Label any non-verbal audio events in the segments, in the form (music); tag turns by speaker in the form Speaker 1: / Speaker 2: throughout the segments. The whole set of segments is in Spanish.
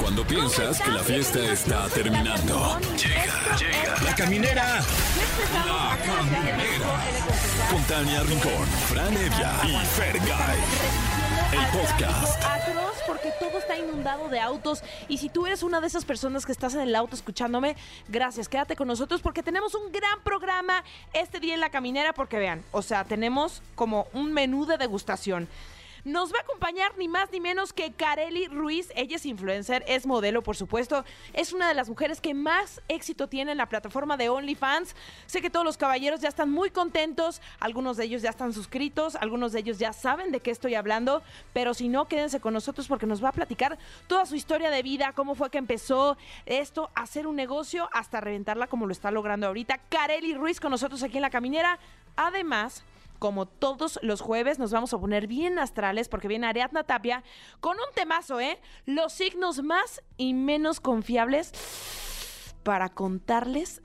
Speaker 1: Cuando piensas que la fiesta está terminando. Llega, llega. La caminera. La caminera. Con Tania Rincón, Fran Evia y Fer El podcast.
Speaker 2: Ah,
Speaker 3: atroz porque todo está inundado de autos y si tú eres una de esas personas que estás en el auto escuchándome, gracias, quédate con nosotros porque tenemos un gran programa este día en la caminera porque vean, o sea, tenemos como un menú de degustación. Nos va a acompañar ni más ni menos que Kareli Ruiz. Ella es influencer, es modelo, por supuesto. Es una de las mujeres que más éxito tiene en la plataforma de OnlyFans. Sé que todos los caballeros ya están muy contentos. Algunos de ellos ya están suscritos, algunos de ellos ya saben de qué estoy hablando. Pero si no, quédense con nosotros porque nos va a platicar toda su historia de vida, cómo fue que empezó esto, a hacer un negocio, hasta reventarla como lo está logrando ahorita. Kareli Ruiz con nosotros aquí en La Caminera. Además, como todos los jueves, nos vamos a poner bien astrales porque viene Ariadna Tapia con un temazo, ¿eh? Los signos más y menos confiables para contarles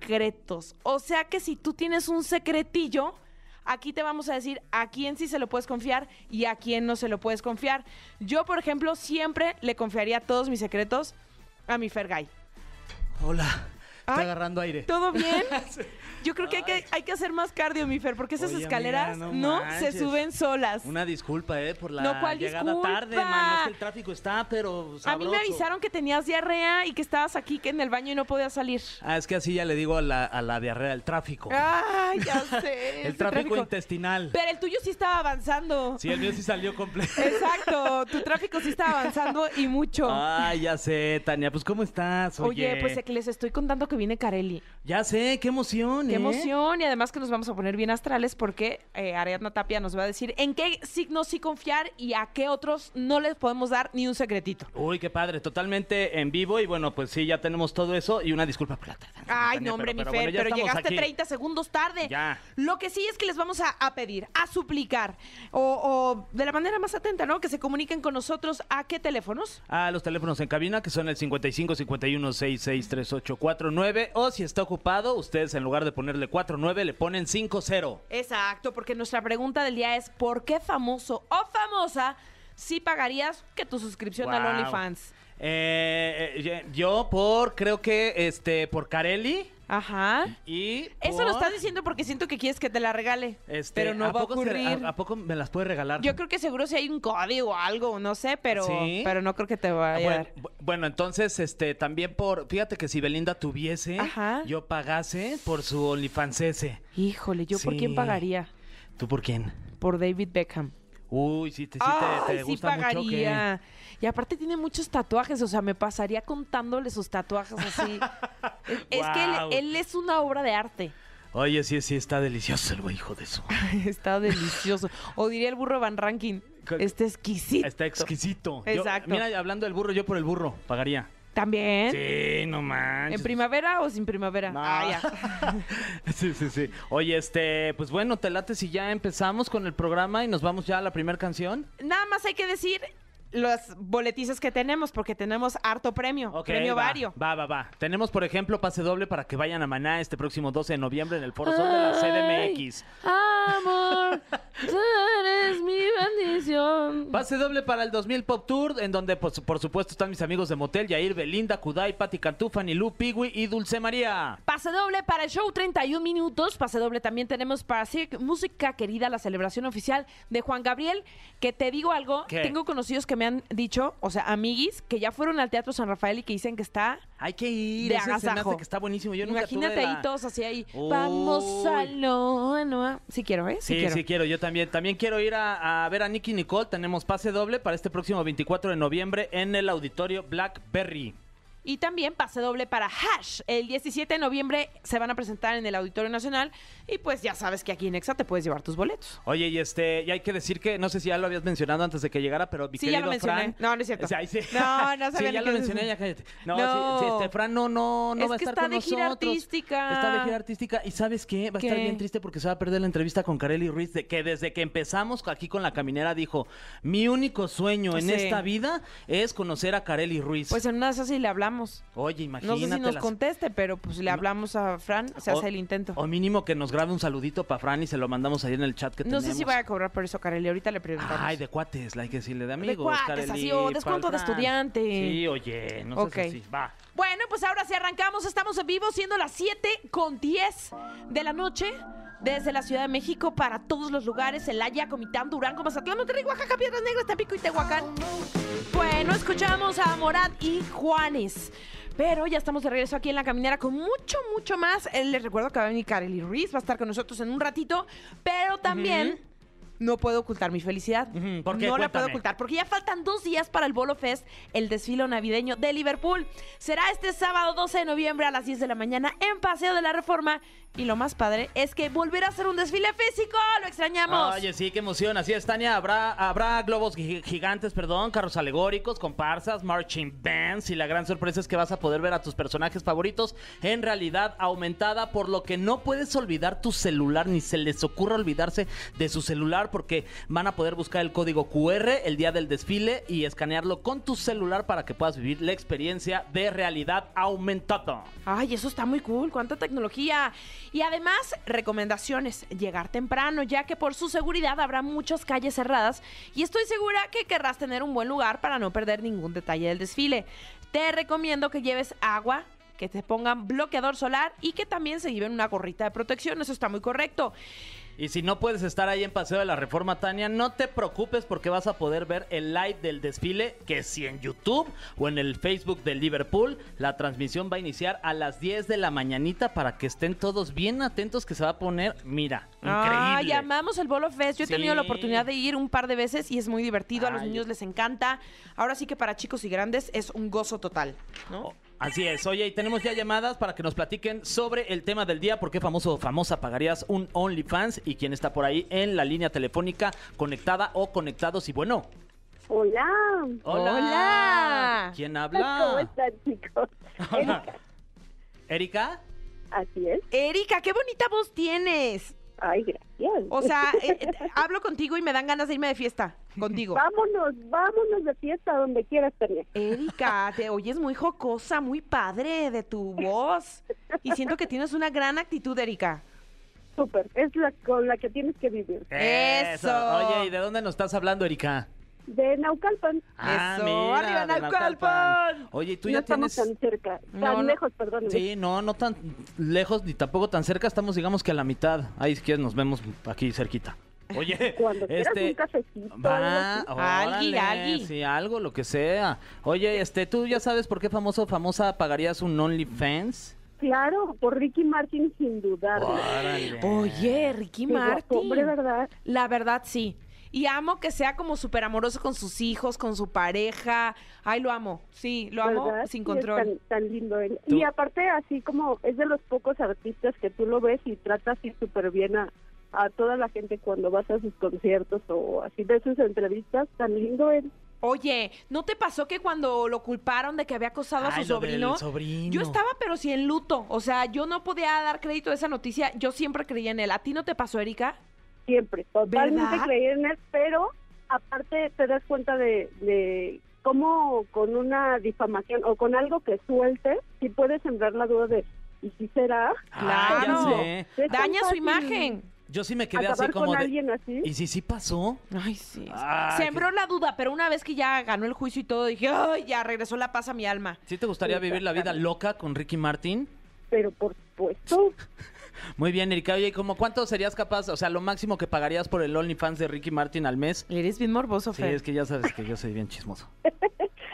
Speaker 3: secretos. O sea que si tú tienes un secretillo, aquí te vamos a decir a quién sí se lo puedes confiar y a quién no se lo puedes confiar. Yo, por ejemplo, siempre le confiaría todos mis secretos a mi Fergay.
Speaker 4: Hola. Está
Speaker 3: Ay,
Speaker 4: agarrando aire.
Speaker 3: ¿Todo bien?
Speaker 4: (laughs)
Speaker 3: Yo creo que hay, que hay que hacer más cardio, mi Fer, porque esas
Speaker 4: Oye,
Speaker 3: escaleras
Speaker 4: amiga,
Speaker 3: no,
Speaker 4: no
Speaker 3: se
Speaker 4: manches.
Speaker 3: suben solas.
Speaker 4: Una disculpa, ¿eh? Por la
Speaker 3: No, ¿cuál
Speaker 4: llegada
Speaker 3: disculpa?
Speaker 4: tarde, man. Es que el tráfico está, pero
Speaker 3: A mí
Speaker 4: sabroso.
Speaker 3: me avisaron que tenías diarrea y que estabas aquí que en el baño y no podías salir.
Speaker 4: Ah, es que así ya le digo a la, a la diarrea, el tráfico.
Speaker 3: Ah, Ay, ya
Speaker 4: (laughs)
Speaker 3: sé.
Speaker 4: el
Speaker 3: ese
Speaker 4: tráfico, intestinal.
Speaker 3: Pero el tuyo sí estaba avanzando.
Speaker 4: Sí, el mío sí salió completo.
Speaker 3: (laughs) Exacto, tu tráfico sí estaba avanzando y mucho.
Speaker 4: Ay, ya sé, Tania. Ah, Pues, ¿cómo estás? Oye,
Speaker 3: Oye, pues que les estoy contando que viene Carelli.
Speaker 4: Ya sé, qué emoción,
Speaker 3: Qué
Speaker 4: ¿eh?
Speaker 3: emoción y además que nos vamos a poner bien astrales porque eh, Ariadna Tapia nos va a decir en qué signos sí confiar y a qué otros no les podemos dar ni un secretito.
Speaker 4: Uy, qué padre, totalmente en vivo y bueno, pues sí, ya tenemos todo eso y una disculpa por la tarde.
Speaker 3: Ay,
Speaker 4: Tania,
Speaker 3: no, hombre, mi Fer,
Speaker 4: bueno, ya
Speaker 3: pero
Speaker 4: estamos
Speaker 3: llegaste
Speaker 4: aquí.
Speaker 3: 30 segundos tarde.
Speaker 4: Ya.
Speaker 3: Lo que sí es que les vamos a, a pedir, a suplicar, o, o de la manera más atenta, ¿no? Que se comuniquen con nosotros a qué teléfonos.
Speaker 4: a los teléfonos en cabina que son el 55 51 66 38 49 o si está ocupado ustedes en lugar de ponerle 49 le ponen 50.
Speaker 3: Exacto, porque nuestra pregunta del día es: ¿por qué famoso o famosa sí pagarías que tu suscripción al
Speaker 4: Wow.
Speaker 3: OnlyFans?
Speaker 4: Eh, eh, yo por creo que este por Carelli
Speaker 3: Ajá.
Speaker 4: y
Speaker 3: Eso
Speaker 4: por,
Speaker 3: lo estás diciendo porque siento que quieres que te la regale.
Speaker 4: este,
Speaker 3: pero no
Speaker 4: ¿a
Speaker 3: va a
Speaker 4: poco se-
Speaker 3: ocurrir.
Speaker 4: a, a poco me las puede regalar?
Speaker 3: Yo creo que seguro si hay un código o algo, no sé, pero,
Speaker 4: ¿Sí?
Speaker 3: pero no creo que te vaya
Speaker 4: Ah,
Speaker 3: a
Speaker 4: bueno,
Speaker 3: dar.
Speaker 4: bu- bueno, entonces este también por fíjate que si Belinda tuviese
Speaker 3: Ajá.
Speaker 4: yo pagase por su OnlyFansese.
Speaker 3: Híjole, ¿yo por quién
Speaker 4: Sí.
Speaker 3: pagaría?
Speaker 4: ¿Tú por quién?
Speaker 3: Por David Beckham.
Speaker 4: Uy, sí te, sí te-
Speaker 3: Ay,
Speaker 4: te
Speaker 3: sí
Speaker 4: gusta mucho que
Speaker 3: pagaría. Y aparte tiene muchos tatuajes, o sea, me pasaría contándole sus tatuajes
Speaker 4: (laughs)
Speaker 3: así. es, es que él,
Speaker 4: Guau.
Speaker 3: él es una obra de arte.
Speaker 4: Oye, sí, sí, está delicioso el güey, hijo de su.
Speaker 3: (laughs) Está delicioso. O diría el burro Van Ranking.
Speaker 4: Co-
Speaker 3: Está exquisito.
Speaker 4: Está exquisito. Yo-
Speaker 3: Exacto.
Speaker 4: mira, hablando del burro, yo por el burro pagaría.
Speaker 3: También.
Speaker 4: Sí, no manches.
Speaker 3: ¿En primavera o sin primavera?
Speaker 4: No.
Speaker 3: Ah, ya.
Speaker 4: (laughs)
Speaker 3: (laughs)
Speaker 4: sí, sí, sí. Oye, este, pues bueno, te late si ya empezamos con el programa y nos vamos ya a la primera canción.
Speaker 3: Nada más hay que decir los boletizos que tenemos, porque tenemos harto premio.
Speaker 4: Ok,
Speaker 3: premio
Speaker 4: va,
Speaker 3: vario.
Speaker 4: Va, va, va. Tenemos, por ejemplo, pase doble para que vayan a Maná este próximo 12 de noviembre en el Foro Sol de la CDMX.
Speaker 3: Amor, tú eres mi bendición.
Speaker 4: Pase doble para el 2000 Pop Tour, en donde pues, por supuesto están mis amigos de Motel, Yair, Belinda, Kudai, Pati Cantúfan, Fanilú, Piwi y Dulce María.
Speaker 3: Pase doble para el show 31 minutos. Pase doble también tenemos para Cirque Música Querida, la celebración oficial de Juan Gabriel. Que te digo algo,
Speaker 4: ¿Qué?
Speaker 3: tengo conocidos que me han dicho, o sea, amiguis, que ya fueron al Teatro San Rafael y que dicen que está.
Speaker 4: Hay que ir.
Speaker 3: De
Speaker 4: ese se me hace
Speaker 3: agasajo.
Speaker 4: que está buenísimo. Yo nunca
Speaker 3: Imagínate
Speaker 4: tuve la-
Speaker 3: ahí todos así ahí.
Speaker 4: Uy.
Speaker 3: Vamos al no. Sí quiero, ¿eh? Sí,
Speaker 4: Sí,
Speaker 3: quiero.
Speaker 4: sí quiero, yo también. También quiero ir a, a ver a Nicky Nicole. Tenemos pase doble para este próximo 24 de noviembre en el auditorio Blackberry.
Speaker 3: Y también pase doble para Hash. El 17 de noviembre se van a presentar en el Auditorio Nacional. Y pues ya sabes que aquí en Exa te puedes llevar tus boletos.
Speaker 4: Oye, y este, y hay que decir que, no sé si ya lo habías mencionado antes de que llegara, pero mi
Speaker 3: Sí, ya
Speaker 4: querido
Speaker 3: lo mencioné.
Speaker 4: Fran-
Speaker 3: No, no es cierto.
Speaker 4: O sea, ahí sí.
Speaker 3: No, no sabía
Speaker 4: (laughs) Sí, ya
Speaker 3: ni
Speaker 4: lo
Speaker 3: qué-
Speaker 4: mencioné, ya cállate. No,
Speaker 3: No.
Speaker 4: sí, sí, este Fran no, no, no
Speaker 3: Es
Speaker 4: va a
Speaker 3: que
Speaker 4: estar
Speaker 3: está
Speaker 4: con
Speaker 3: de gira
Speaker 4: nosotros.
Speaker 3: artística.
Speaker 4: Está de gira artística. ¿Y sabes qué? Va a estar
Speaker 3: ¿Qué?
Speaker 4: bien triste porque se va a perder la entrevista con Kareli Ruiz, de que desde que empezamos aquí con la caminera dijo, mi único sueño en
Speaker 3: Sí.
Speaker 4: esta vida es conocer a Kareli Ruiz.
Speaker 3: Pues en una de esas sí le hablamos. hablamos.
Speaker 4: Oye,
Speaker 3: No
Speaker 4: imagínate.
Speaker 3: sé si nos
Speaker 4: las-
Speaker 3: conteste, pero pues le hablamos a Fran, se
Speaker 4: O-
Speaker 3: hace el intento.
Speaker 4: O mínimo que nos grabe un saludito para Fran y se lo mandamos ahí en el chat que
Speaker 3: No
Speaker 4: tenemos.
Speaker 3: sé si vaya a cobrar por eso, Carelli. Ahorita le preguntamos.
Speaker 4: Ay, de cuates, la hay que decirle de amigos.
Speaker 3: cuates,
Speaker 4: Kareli,
Speaker 3: así, o
Speaker 4: para el
Speaker 3: descuento de
Speaker 4: Fran.
Speaker 3: estudiante.
Speaker 4: Sí, oye, no seas
Speaker 3: Ok.
Speaker 4: así. Va.
Speaker 3: Bueno, pues ahora sí arrancamos. Estamos en vivo siendo las 7 con 10 de la noche. Desde la Ciudad de México para todos los lugares, Celaya, Comitán, Durango, Mazatlán, Monterrey, Oaxaca, Piedras Negras, Tampico y Tehuacán. Bueno, escuchamos a Morat y Juanes. Pero ya estamos de regreso aquí en la caminera con mucho, mucho más. Eh, Les recuerdo que va a venir Kareli Ruiz, va a estar con nosotros en un ratito. Pero también no puedo ocultar mi felicidad.
Speaker 4: Ujú, ¿por qué?
Speaker 3: No la puedo
Speaker 4: Cuéntame.
Speaker 3: ocultar, porque ya faltan dos días para el Bolo Fest, el desfile navideño de Liverpool. Será este sábado 12 de noviembre a las 10 de la mañana en Paseo de la Reforma. Y lo más padre es que volverá a ser un desfile físico. ¡Lo extrañamos!
Speaker 4: Oye, sí, qué emoción. Así es, Tania. Habrá, habrá globos gi- gigantes, perdón, carros alegóricos, comparsas, marching bands. Y la gran sorpresa es que vas a poder ver a tus personajes favoritos en realidad aumentada, por lo que no puedes olvidar tu celular, ni se les ocurra olvidarse de su celular, porque van a poder buscar el código QR el día del desfile y escanearlo con tu celular para que puedas vivir la experiencia de realidad aumentada.
Speaker 3: Ay, eso está muy cool, cuánta tecnología. Y además, recomendaciones, llegar temprano, ya que por su seguridad habrá muchas calles cerradas y estoy segura que querrás tener un buen lugar para no perder ningún detalle del desfile. Te recomiendo que lleves agua, que te pongan bloqueador solar y que también se lleven una gorrita de protección, eso está muy correcto.
Speaker 4: Y si no puedes estar ahí en Paseo de la Reforma, Tania, no te preocupes porque vas a poder ver el live del desfile, que si en YouTube o en el Facebook de Liverpool, la transmisión va a iniciar a las 10 de la mañanita para que estén todos bien atentos que se va a poner, mira,
Speaker 3: Ay,
Speaker 4: increíble.
Speaker 3: amamos el Bolo Fest. Yo he tenido
Speaker 4: Sí.
Speaker 3: la oportunidad de ir un par de veces y es muy divertido. a los
Speaker 4: Ay.
Speaker 3: niños les encanta. Ahora sí que para chicos y grandes es un gozo total, ¿no?
Speaker 4: Así es, oye, y tenemos ya llamadas para que nos platiquen sobre el tema del día, por qué famoso o famosa pagarías un OnlyFans y quién está por ahí en la línea telefónica conectada o conectados y bueno.
Speaker 5: Hola.
Speaker 3: Hola.
Speaker 4: ¿Quién
Speaker 5: ¿Cómo
Speaker 4: habla?
Speaker 5: están, chicos? Erika,
Speaker 4: ¿Erika?
Speaker 5: Así es.
Speaker 3: Erika, qué bonita voz tienes.
Speaker 5: Ay, gracias.
Speaker 4: Oh,
Speaker 3: O sea, eh, eh, hablo contigo y me dan ganas de irme de fiesta contigo.
Speaker 5: vámonos, vámonos de fiesta donde quieras, Tania.
Speaker 3: Erika, te oyes muy jocosa, muy padre de tu voz. Y siento que tienes una gran actitud, Erika.
Speaker 5: Súper. Es la con la que tienes que vivir.
Speaker 3: Eso.
Speaker 4: Oye, ¿y de dónde nos estás hablando, Erika? Ah,
Speaker 5: De Naucalpan.
Speaker 3: Eso, arriba
Speaker 4: de
Speaker 3: Naucalpan.
Speaker 4: Oye, ¿y tú
Speaker 5: no
Speaker 4: ya
Speaker 5: estamos
Speaker 4: tienes...?
Speaker 5: tan cerca, tan
Speaker 3: No, no.
Speaker 5: lejos, perdón.
Speaker 4: Sí, no, no tan lejos ni tampoco tan cerca, estamos digamos que a la mitad. Ahí si quieres nos vemos aquí cerquita. Oye,
Speaker 5: (laughs) Cuando quieras
Speaker 4: este...
Speaker 5: un cafecito. algo
Speaker 4: Va,
Speaker 5: así.
Speaker 3: Algui,
Speaker 4: órale,
Speaker 3: algui.
Speaker 4: sí, algo, lo que sea. Oye, este, ¿tú ya sabes por qué famoso o famosa pagarías un OnlyFans?
Speaker 5: Claro, por Ricky Martin sin dudarlo.
Speaker 4: Órale.
Speaker 3: Oye, Ricky
Speaker 5: Qué guapo, hombre,
Speaker 3: Martin.
Speaker 5: ¿verdad?
Speaker 3: La verdad, sí. Y amo que sea como súper amoroso con sus hijos, con su pareja. Ay, lo amo. Sí, lo amo
Speaker 5: ¿Verdad?
Speaker 3: sin
Speaker 5: Sí, es
Speaker 3: control.
Speaker 5: tan, tan lindo él.
Speaker 4: Tú-
Speaker 5: Y aparte, así como es de los pocos artistas que tú lo ves y trata así súper bien a, a toda la gente cuando vas a sus conciertos o así de sus entrevistas, tan lindo él.
Speaker 3: Oye, ¿no te pasó que cuando lo culparon de que había acosado a
Speaker 4: Ay,
Speaker 3: su
Speaker 4: lo del
Speaker 3: sobrino?
Speaker 4: sobrino.
Speaker 3: Yo estaba, pero sí en luto. O sea, yo no podía dar crédito a esa noticia. Yo siempre creía en él. ¿A ti no te pasó, Erika?
Speaker 5: Siempre, totalmente
Speaker 3: ¿Verdad?
Speaker 5: creí en él, pero aparte te das cuenta de, de cómo con una difamación o con algo que suelte, si puedes sembrar la duda de, ¿y si será?
Speaker 4: Ah, ya
Speaker 3: Claro.
Speaker 4: sé.
Speaker 5: Es tan
Speaker 3: Daña su
Speaker 5: fácil
Speaker 3: imagen.
Speaker 4: Yo sí me quedé
Speaker 5: Acabar
Speaker 4: así como
Speaker 5: con
Speaker 4: de...
Speaker 5: alguien así.
Speaker 4: ¿Y si sí pasó?
Speaker 3: Ay, sí.
Speaker 4: Ay,
Speaker 3: Sembró la duda, pero una vez que ya ganó el juicio y todo, dije, ay, ya regresó la paz a mi alma.
Speaker 4: ¿Sí te gustaría vivir la vida loca con Ricky Martin?
Speaker 5: Pero por supuesto,
Speaker 4: Muy bien, Erika. Oye, ¿y ¿cómo cuánto serías capaz? O sea, lo máximo que pagarías por el OnlyFans de Ricky Martin al mes.
Speaker 3: Eres bien morboso,
Speaker 4: Sí,
Speaker 3: Fer.
Speaker 4: es que ya sabes que yo soy bien chismoso.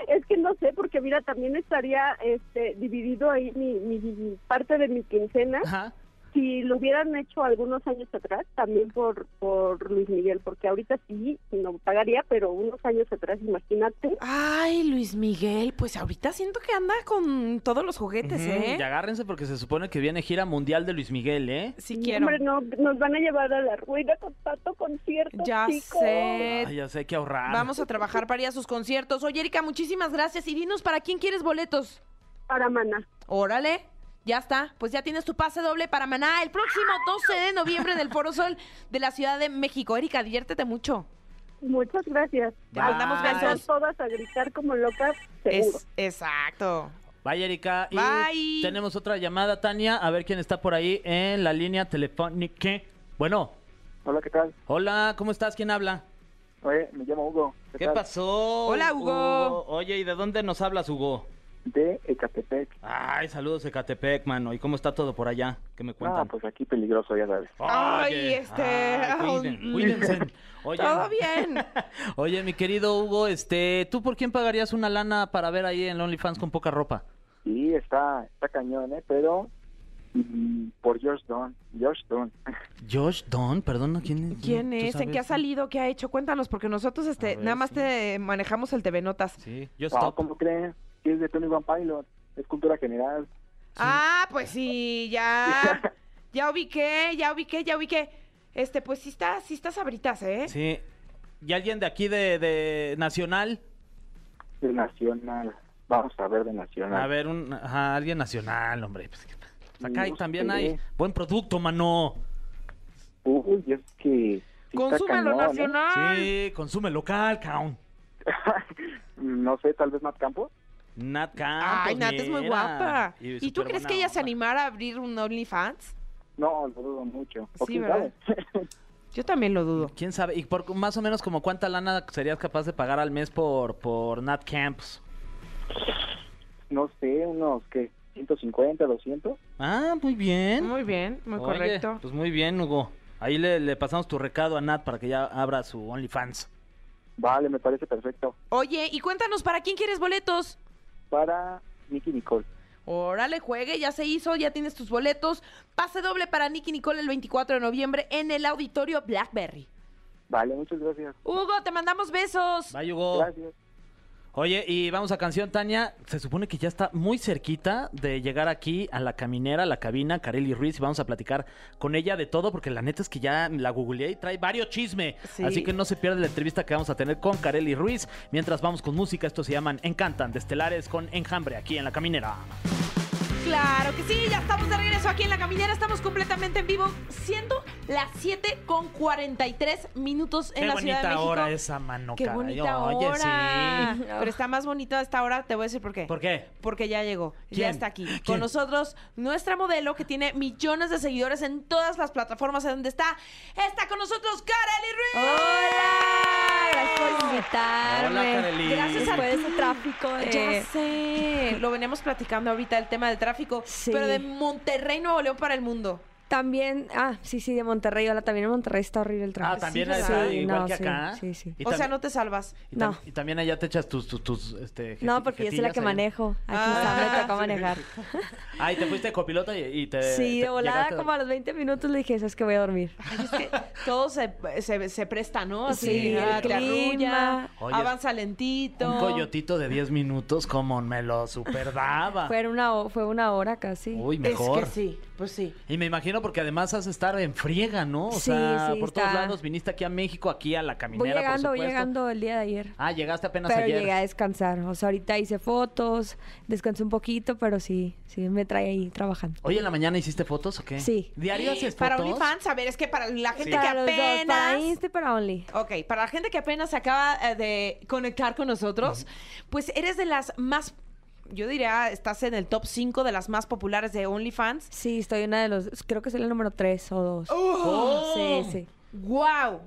Speaker 5: Es que no sé, porque mira, también estaría este, dividido ahí mi, mi- parte de mi quincena.
Speaker 4: Ajá.
Speaker 5: Si lo hubieran hecho algunos años atrás, también por, por Luis Miguel, porque ahorita sí, no pagaría, pero unos años atrás, imagínate.
Speaker 3: Ay, Luis Miguel, pues ahorita siento que anda con todos los juguetes,
Speaker 4: Ujú,
Speaker 3: ¿eh?
Speaker 4: Y agárrense porque se supone que viene gira mundial de Luis Miguel, ¿eh?
Speaker 3: Sí quiero.
Speaker 5: Hombre, no, nos van a llevar a la ruina con tanto concierto.
Speaker 3: Ya
Speaker 5: chicos.
Speaker 3: sé.
Speaker 4: Ay, ya sé hay que ahorrar.
Speaker 3: Vamos a trabajar para ir a sus conciertos. Oye, Erika, muchísimas gracias. Y dinos para quién quieres boletos.
Speaker 5: Para Maná.
Speaker 3: Órale. Ya está, pues ya tienes tu pase doble para Maná el próximo 12 de noviembre en el Foro Sol de la Ciudad de México. Erika, diviértete mucho.
Speaker 5: Muchas gracias.
Speaker 4: Bye.
Speaker 3: Mandamos besos.
Speaker 5: Andan todas a gritar como locas, seguro.
Speaker 3: Es, exacto.
Speaker 4: Bye, Erika. Y
Speaker 3: Bye.
Speaker 4: tenemos otra llamada, Tania. A ver quién está por ahí en la línea telefónica. Bueno,
Speaker 6: Hola, ¿qué tal?
Speaker 4: hola, ¿cómo estás? ¿Quién habla?
Speaker 6: Oye, me llamo Hugo. ¿Qué,
Speaker 4: ¿Qué
Speaker 6: tal?
Speaker 4: pasó? Oh,
Speaker 3: Hola, Hugo.
Speaker 4: Oye, ¿y de dónde nos hablas, Hugo?
Speaker 6: De Ecatepec.
Speaker 4: Ay, saludos Ecatepec, mano. ¿Y cómo está todo por allá? ¿Qué me
Speaker 6: Ah,
Speaker 4: cuentan?
Speaker 6: pues aquí peligroso, ya sabes.
Speaker 3: Ay,
Speaker 4: Oye,
Speaker 3: este,
Speaker 4: cuiden-
Speaker 3: mm, (laughs)
Speaker 4: cuídense. Oye, (laughs)
Speaker 3: Todo bien.
Speaker 4: Oye, mi querido Hugo, este, ¿tú por quién pagarías una lana para ver ahí en OnlyFans con poca ropa?
Speaker 6: Y está, está cañón, ¿eh? Pero mm, por George Don. George Don.
Speaker 4: Josh Don, perdón, ¿quién es?
Speaker 3: ¿Quién
Speaker 4: ¿Tú
Speaker 3: es? ¿En qué ha
Speaker 4: sabes?
Speaker 3: salido? ¿Qué ha hecho? Cuéntanos, porque nosotros este,
Speaker 4: A ver,
Speaker 3: nada más
Speaker 4: sí.
Speaker 3: te manejamos el TV Notas.
Speaker 4: Sí, yo
Speaker 3: Pues Ah,
Speaker 6: Wow,
Speaker 4: stop.
Speaker 6: Ah, ¿Cómo crees? Es de Tony Van Pilot. Es cultura general.
Speaker 3: Ah, pues sí,
Speaker 6: (laughs)
Speaker 3: ya. Ya ubiqué, ya ubiqué, ya ubiqué. Este, pues sí está, sí está sabritas, ¿eh?
Speaker 4: Sí. ¿Y alguien de aquí de, de Nacional?
Speaker 6: De Nacional. Vamos a ver de
Speaker 3: Ah.
Speaker 6: Nacional.
Speaker 4: A ver, un, ajá, alguien nacional, hombre. Pues, ¿qué pasa? acá
Speaker 3: Mm,
Speaker 4: ahí
Speaker 6: No
Speaker 4: también
Speaker 6: sé.
Speaker 4: hay buen producto, mano.
Speaker 6: Uy, es que... sí está
Speaker 3: Consúmelo
Speaker 6: cañón, ¿eh?
Speaker 3: nacional.
Speaker 4: Sí, consume local, caón.
Speaker 6: Mm, No sé, tal vez Matt Campos.
Speaker 4: Nat Campos,
Speaker 3: Ay, Nat es muy
Speaker 4: Ah, pues mira.
Speaker 3: guapa. ¿Y, tú
Speaker 4: súper
Speaker 3: crees
Speaker 4: buena
Speaker 3: que ella se
Speaker 4: onda.
Speaker 3: animara a abrir un OnlyFans?
Speaker 6: No, lo dudo mucho. ¿O
Speaker 3: Sí,
Speaker 6: quién
Speaker 3: ¿verdad?
Speaker 6: sabe?
Speaker 3: Yo también lo dudo.
Speaker 4: ¿Quién sabe? ¿Y por más o menos como cuánta lana serías capaz de pagar al mes por, por Nat Camps?
Speaker 6: (laughs) No sé, unos, ¿qué? 150, 200.
Speaker 4: Ah, muy bien.
Speaker 3: Muy bien, muy
Speaker 4: Oye,
Speaker 3: correcto.
Speaker 4: Pues muy bien, Hugo. Ahí le, le pasamos tu recado a Nat para que ya abra su OnlyFans.
Speaker 6: Vale, me parece perfecto.
Speaker 3: Oye, y cuéntanos, ¿para quién quieres boletos?
Speaker 6: Para Nicky Nicole.
Speaker 3: Órale, juegue, ya se hizo, ya tienes tus boletos. Pase doble para Nicky Nicole el 24 de noviembre en el auditorio Blackberry.
Speaker 6: Vale, muchas gracias.
Speaker 3: Hugo, te mandamos besos.
Speaker 4: Bye, Hugo.
Speaker 6: Gracias.
Speaker 4: Oye, y vamos a canción, Tania. Se supone que ya está muy cerquita de llegar aquí a la caminera, a la cabina, Carely Ruiz, y vamos a platicar con ella de todo, porque la neta es que ya la googleé y trae varios chisme.
Speaker 3: Sí.
Speaker 4: Así que no se pierda la entrevista que vamos a tener con Carely Ruiz. Mientras vamos con música, estos se llaman Encantan, de Estelares con Enjambre, aquí en la caminera.
Speaker 3: Claro que sí, ya estamos de regreso aquí en la caminera, estamos completamente en vivo, siendo las 7 con 43 minutos en
Speaker 4: Qué
Speaker 3: la Ciudad de
Speaker 4: bonita
Speaker 3: México.
Speaker 4: hora esa mano,
Speaker 3: Qué
Speaker 4: caray.
Speaker 3: bonita
Speaker 4: Oye,
Speaker 3: hora.
Speaker 4: sí.
Speaker 3: Pero está más bonita esta hora, te voy a decir por qué.
Speaker 4: ¿Por qué?
Speaker 3: Porque ya llegó, ya
Speaker 4: ¿Quién?
Speaker 3: está aquí. Con
Speaker 4: ¿Quién?
Speaker 3: nosotros, nuestra modelo que tiene millones de seguidores en todas las plataformas en donde está. Está con nosotros Kareli Ruiz.
Speaker 2: Hola, gracias por
Speaker 4: Hola,
Speaker 2: invitarme.
Speaker 4: Kareli.
Speaker 3: Gracias a
Speaker 2: Después de
Speaker 3: ti.
Speaker 2: ese tráfico
Speaker 3: Ya
Speaker 2: de...
Speaker 3: sé, lo veníamos platicando ahorita el tema del tráfico,
Speaker 2: Sí.
Speaker 3: pero de Monterrey, Nuevo León para el mundo.
Speaker 2: También, ah, sí, sí, de Monterrey. Hola, también en Monterrey está horrible el tráfico.
Speaker 4: Ah, también
Speaker 2: Sí,
Speaker 4: está
Speaker 2: sí,
Speaker 4: igual
Speaker 2: no,
Speaker 4: que
Speaker 2: sí,
Speaker 4: acá.
Speaker 2: Sí, sí.
Speaker 4: Y
Speaker 3: o sea,
Speaker 4: también-
Speaker 3: no te salvas.
Speaker 4: Y, tam-
Speaker 2: No.
Speaker 4: y también allá te echas tus, tus, tus, este,
Speaker 2: No,
Speaker 4: jeti-
Speaker 2: porque yo soy la
Speaker 4: jetillas
Speaker 2: que
Speaker 4: allá.
Speaker 2: manejo. Aquí
Speaker 3: Ah,
Speaker 2: está, me toca
Speaker 4: (laughs)
Speaker 2: manejar.
Speaker 4: Ah, y te fuiste de copilota y, y te.
Speaker 2: Sí,
Speaker 4: te-
Speaker 2: de volada,
Speaker 4: llegaste-
Speaker 2: como a los 20 minutos le dije, es que voy a dormir.
Speaker 4: Ah.
Speaker 3: Ay, es
Speaker 4: (laughs)
Speaker 3: que todo se, se, se presta, ¿no? Así,
Speaker 2: Sí,
Speaker 3: ah,
Speaker 2: el
Speaker 3: te
Speaker 2: clima.
Speaker 3: arrulla,
Speaker 4: Oye,
Speaker 3: avanza lentito.
Speaker 4: Un coyotito de 10 minutos, como me lo superdaba.
Speaker 2: Fue una, ho- fue una hora casi.
Speaker 4: Uy, mejor.
Speaker 3: Es que sí, pues sí.
Speaker 4: Y me imagino porque además has de estar en friega, ¿no? O
Speaker 2: Sí,
Speaker 4: sea,
Speaker 2: sí,
Speaker 4: por todos
Speaker 2: está.
Speaker 4: lados viniste aquí a México, aquí a la caminera,
Speaker 2: voy llegando,
Speaker 4: por
Speaker 2: voy
Speaker 4: supuesto.
Speaker 2: llegando el día de ayer.
Speaker 4: Ah, llegaste apenas
Speaker 2: Pero
Speaker 4: ayer.
Speaker 2: llegué a este descansar. O sea, ahorita hice fotos, descansé un poquito, pero sí, sí, me trae ahí trabajando.
Speaker 4: Hoy en la mañana hiciste fotos o qué?
Speaker 2: Sí. (gasps)
Speaker 4: ¿Diario haces
Speaker 3: Para
Speaker 4: fotos?
Speaker 3: OnlyFans, a ver, es que para la gente que
Speaker 2: Para los dos, para
Speaker 3: apenas...
Speaker 2: Insta y para Only.
Speaker 3: Ok, para la gente que apenas se acaba eh, de conectar con nosotros, pues eres de las más... Yo diría, estás en el top 5 de las más populares de OnlyFans.
Speaker 2: Sí, estoy una de los. Creo que soy la número 3 o 2.
Speaker 3: ¡Oh!
Speaker 4: Oh.
Speaker 2: Sí, sí.
Speaker 3: ¡Wow!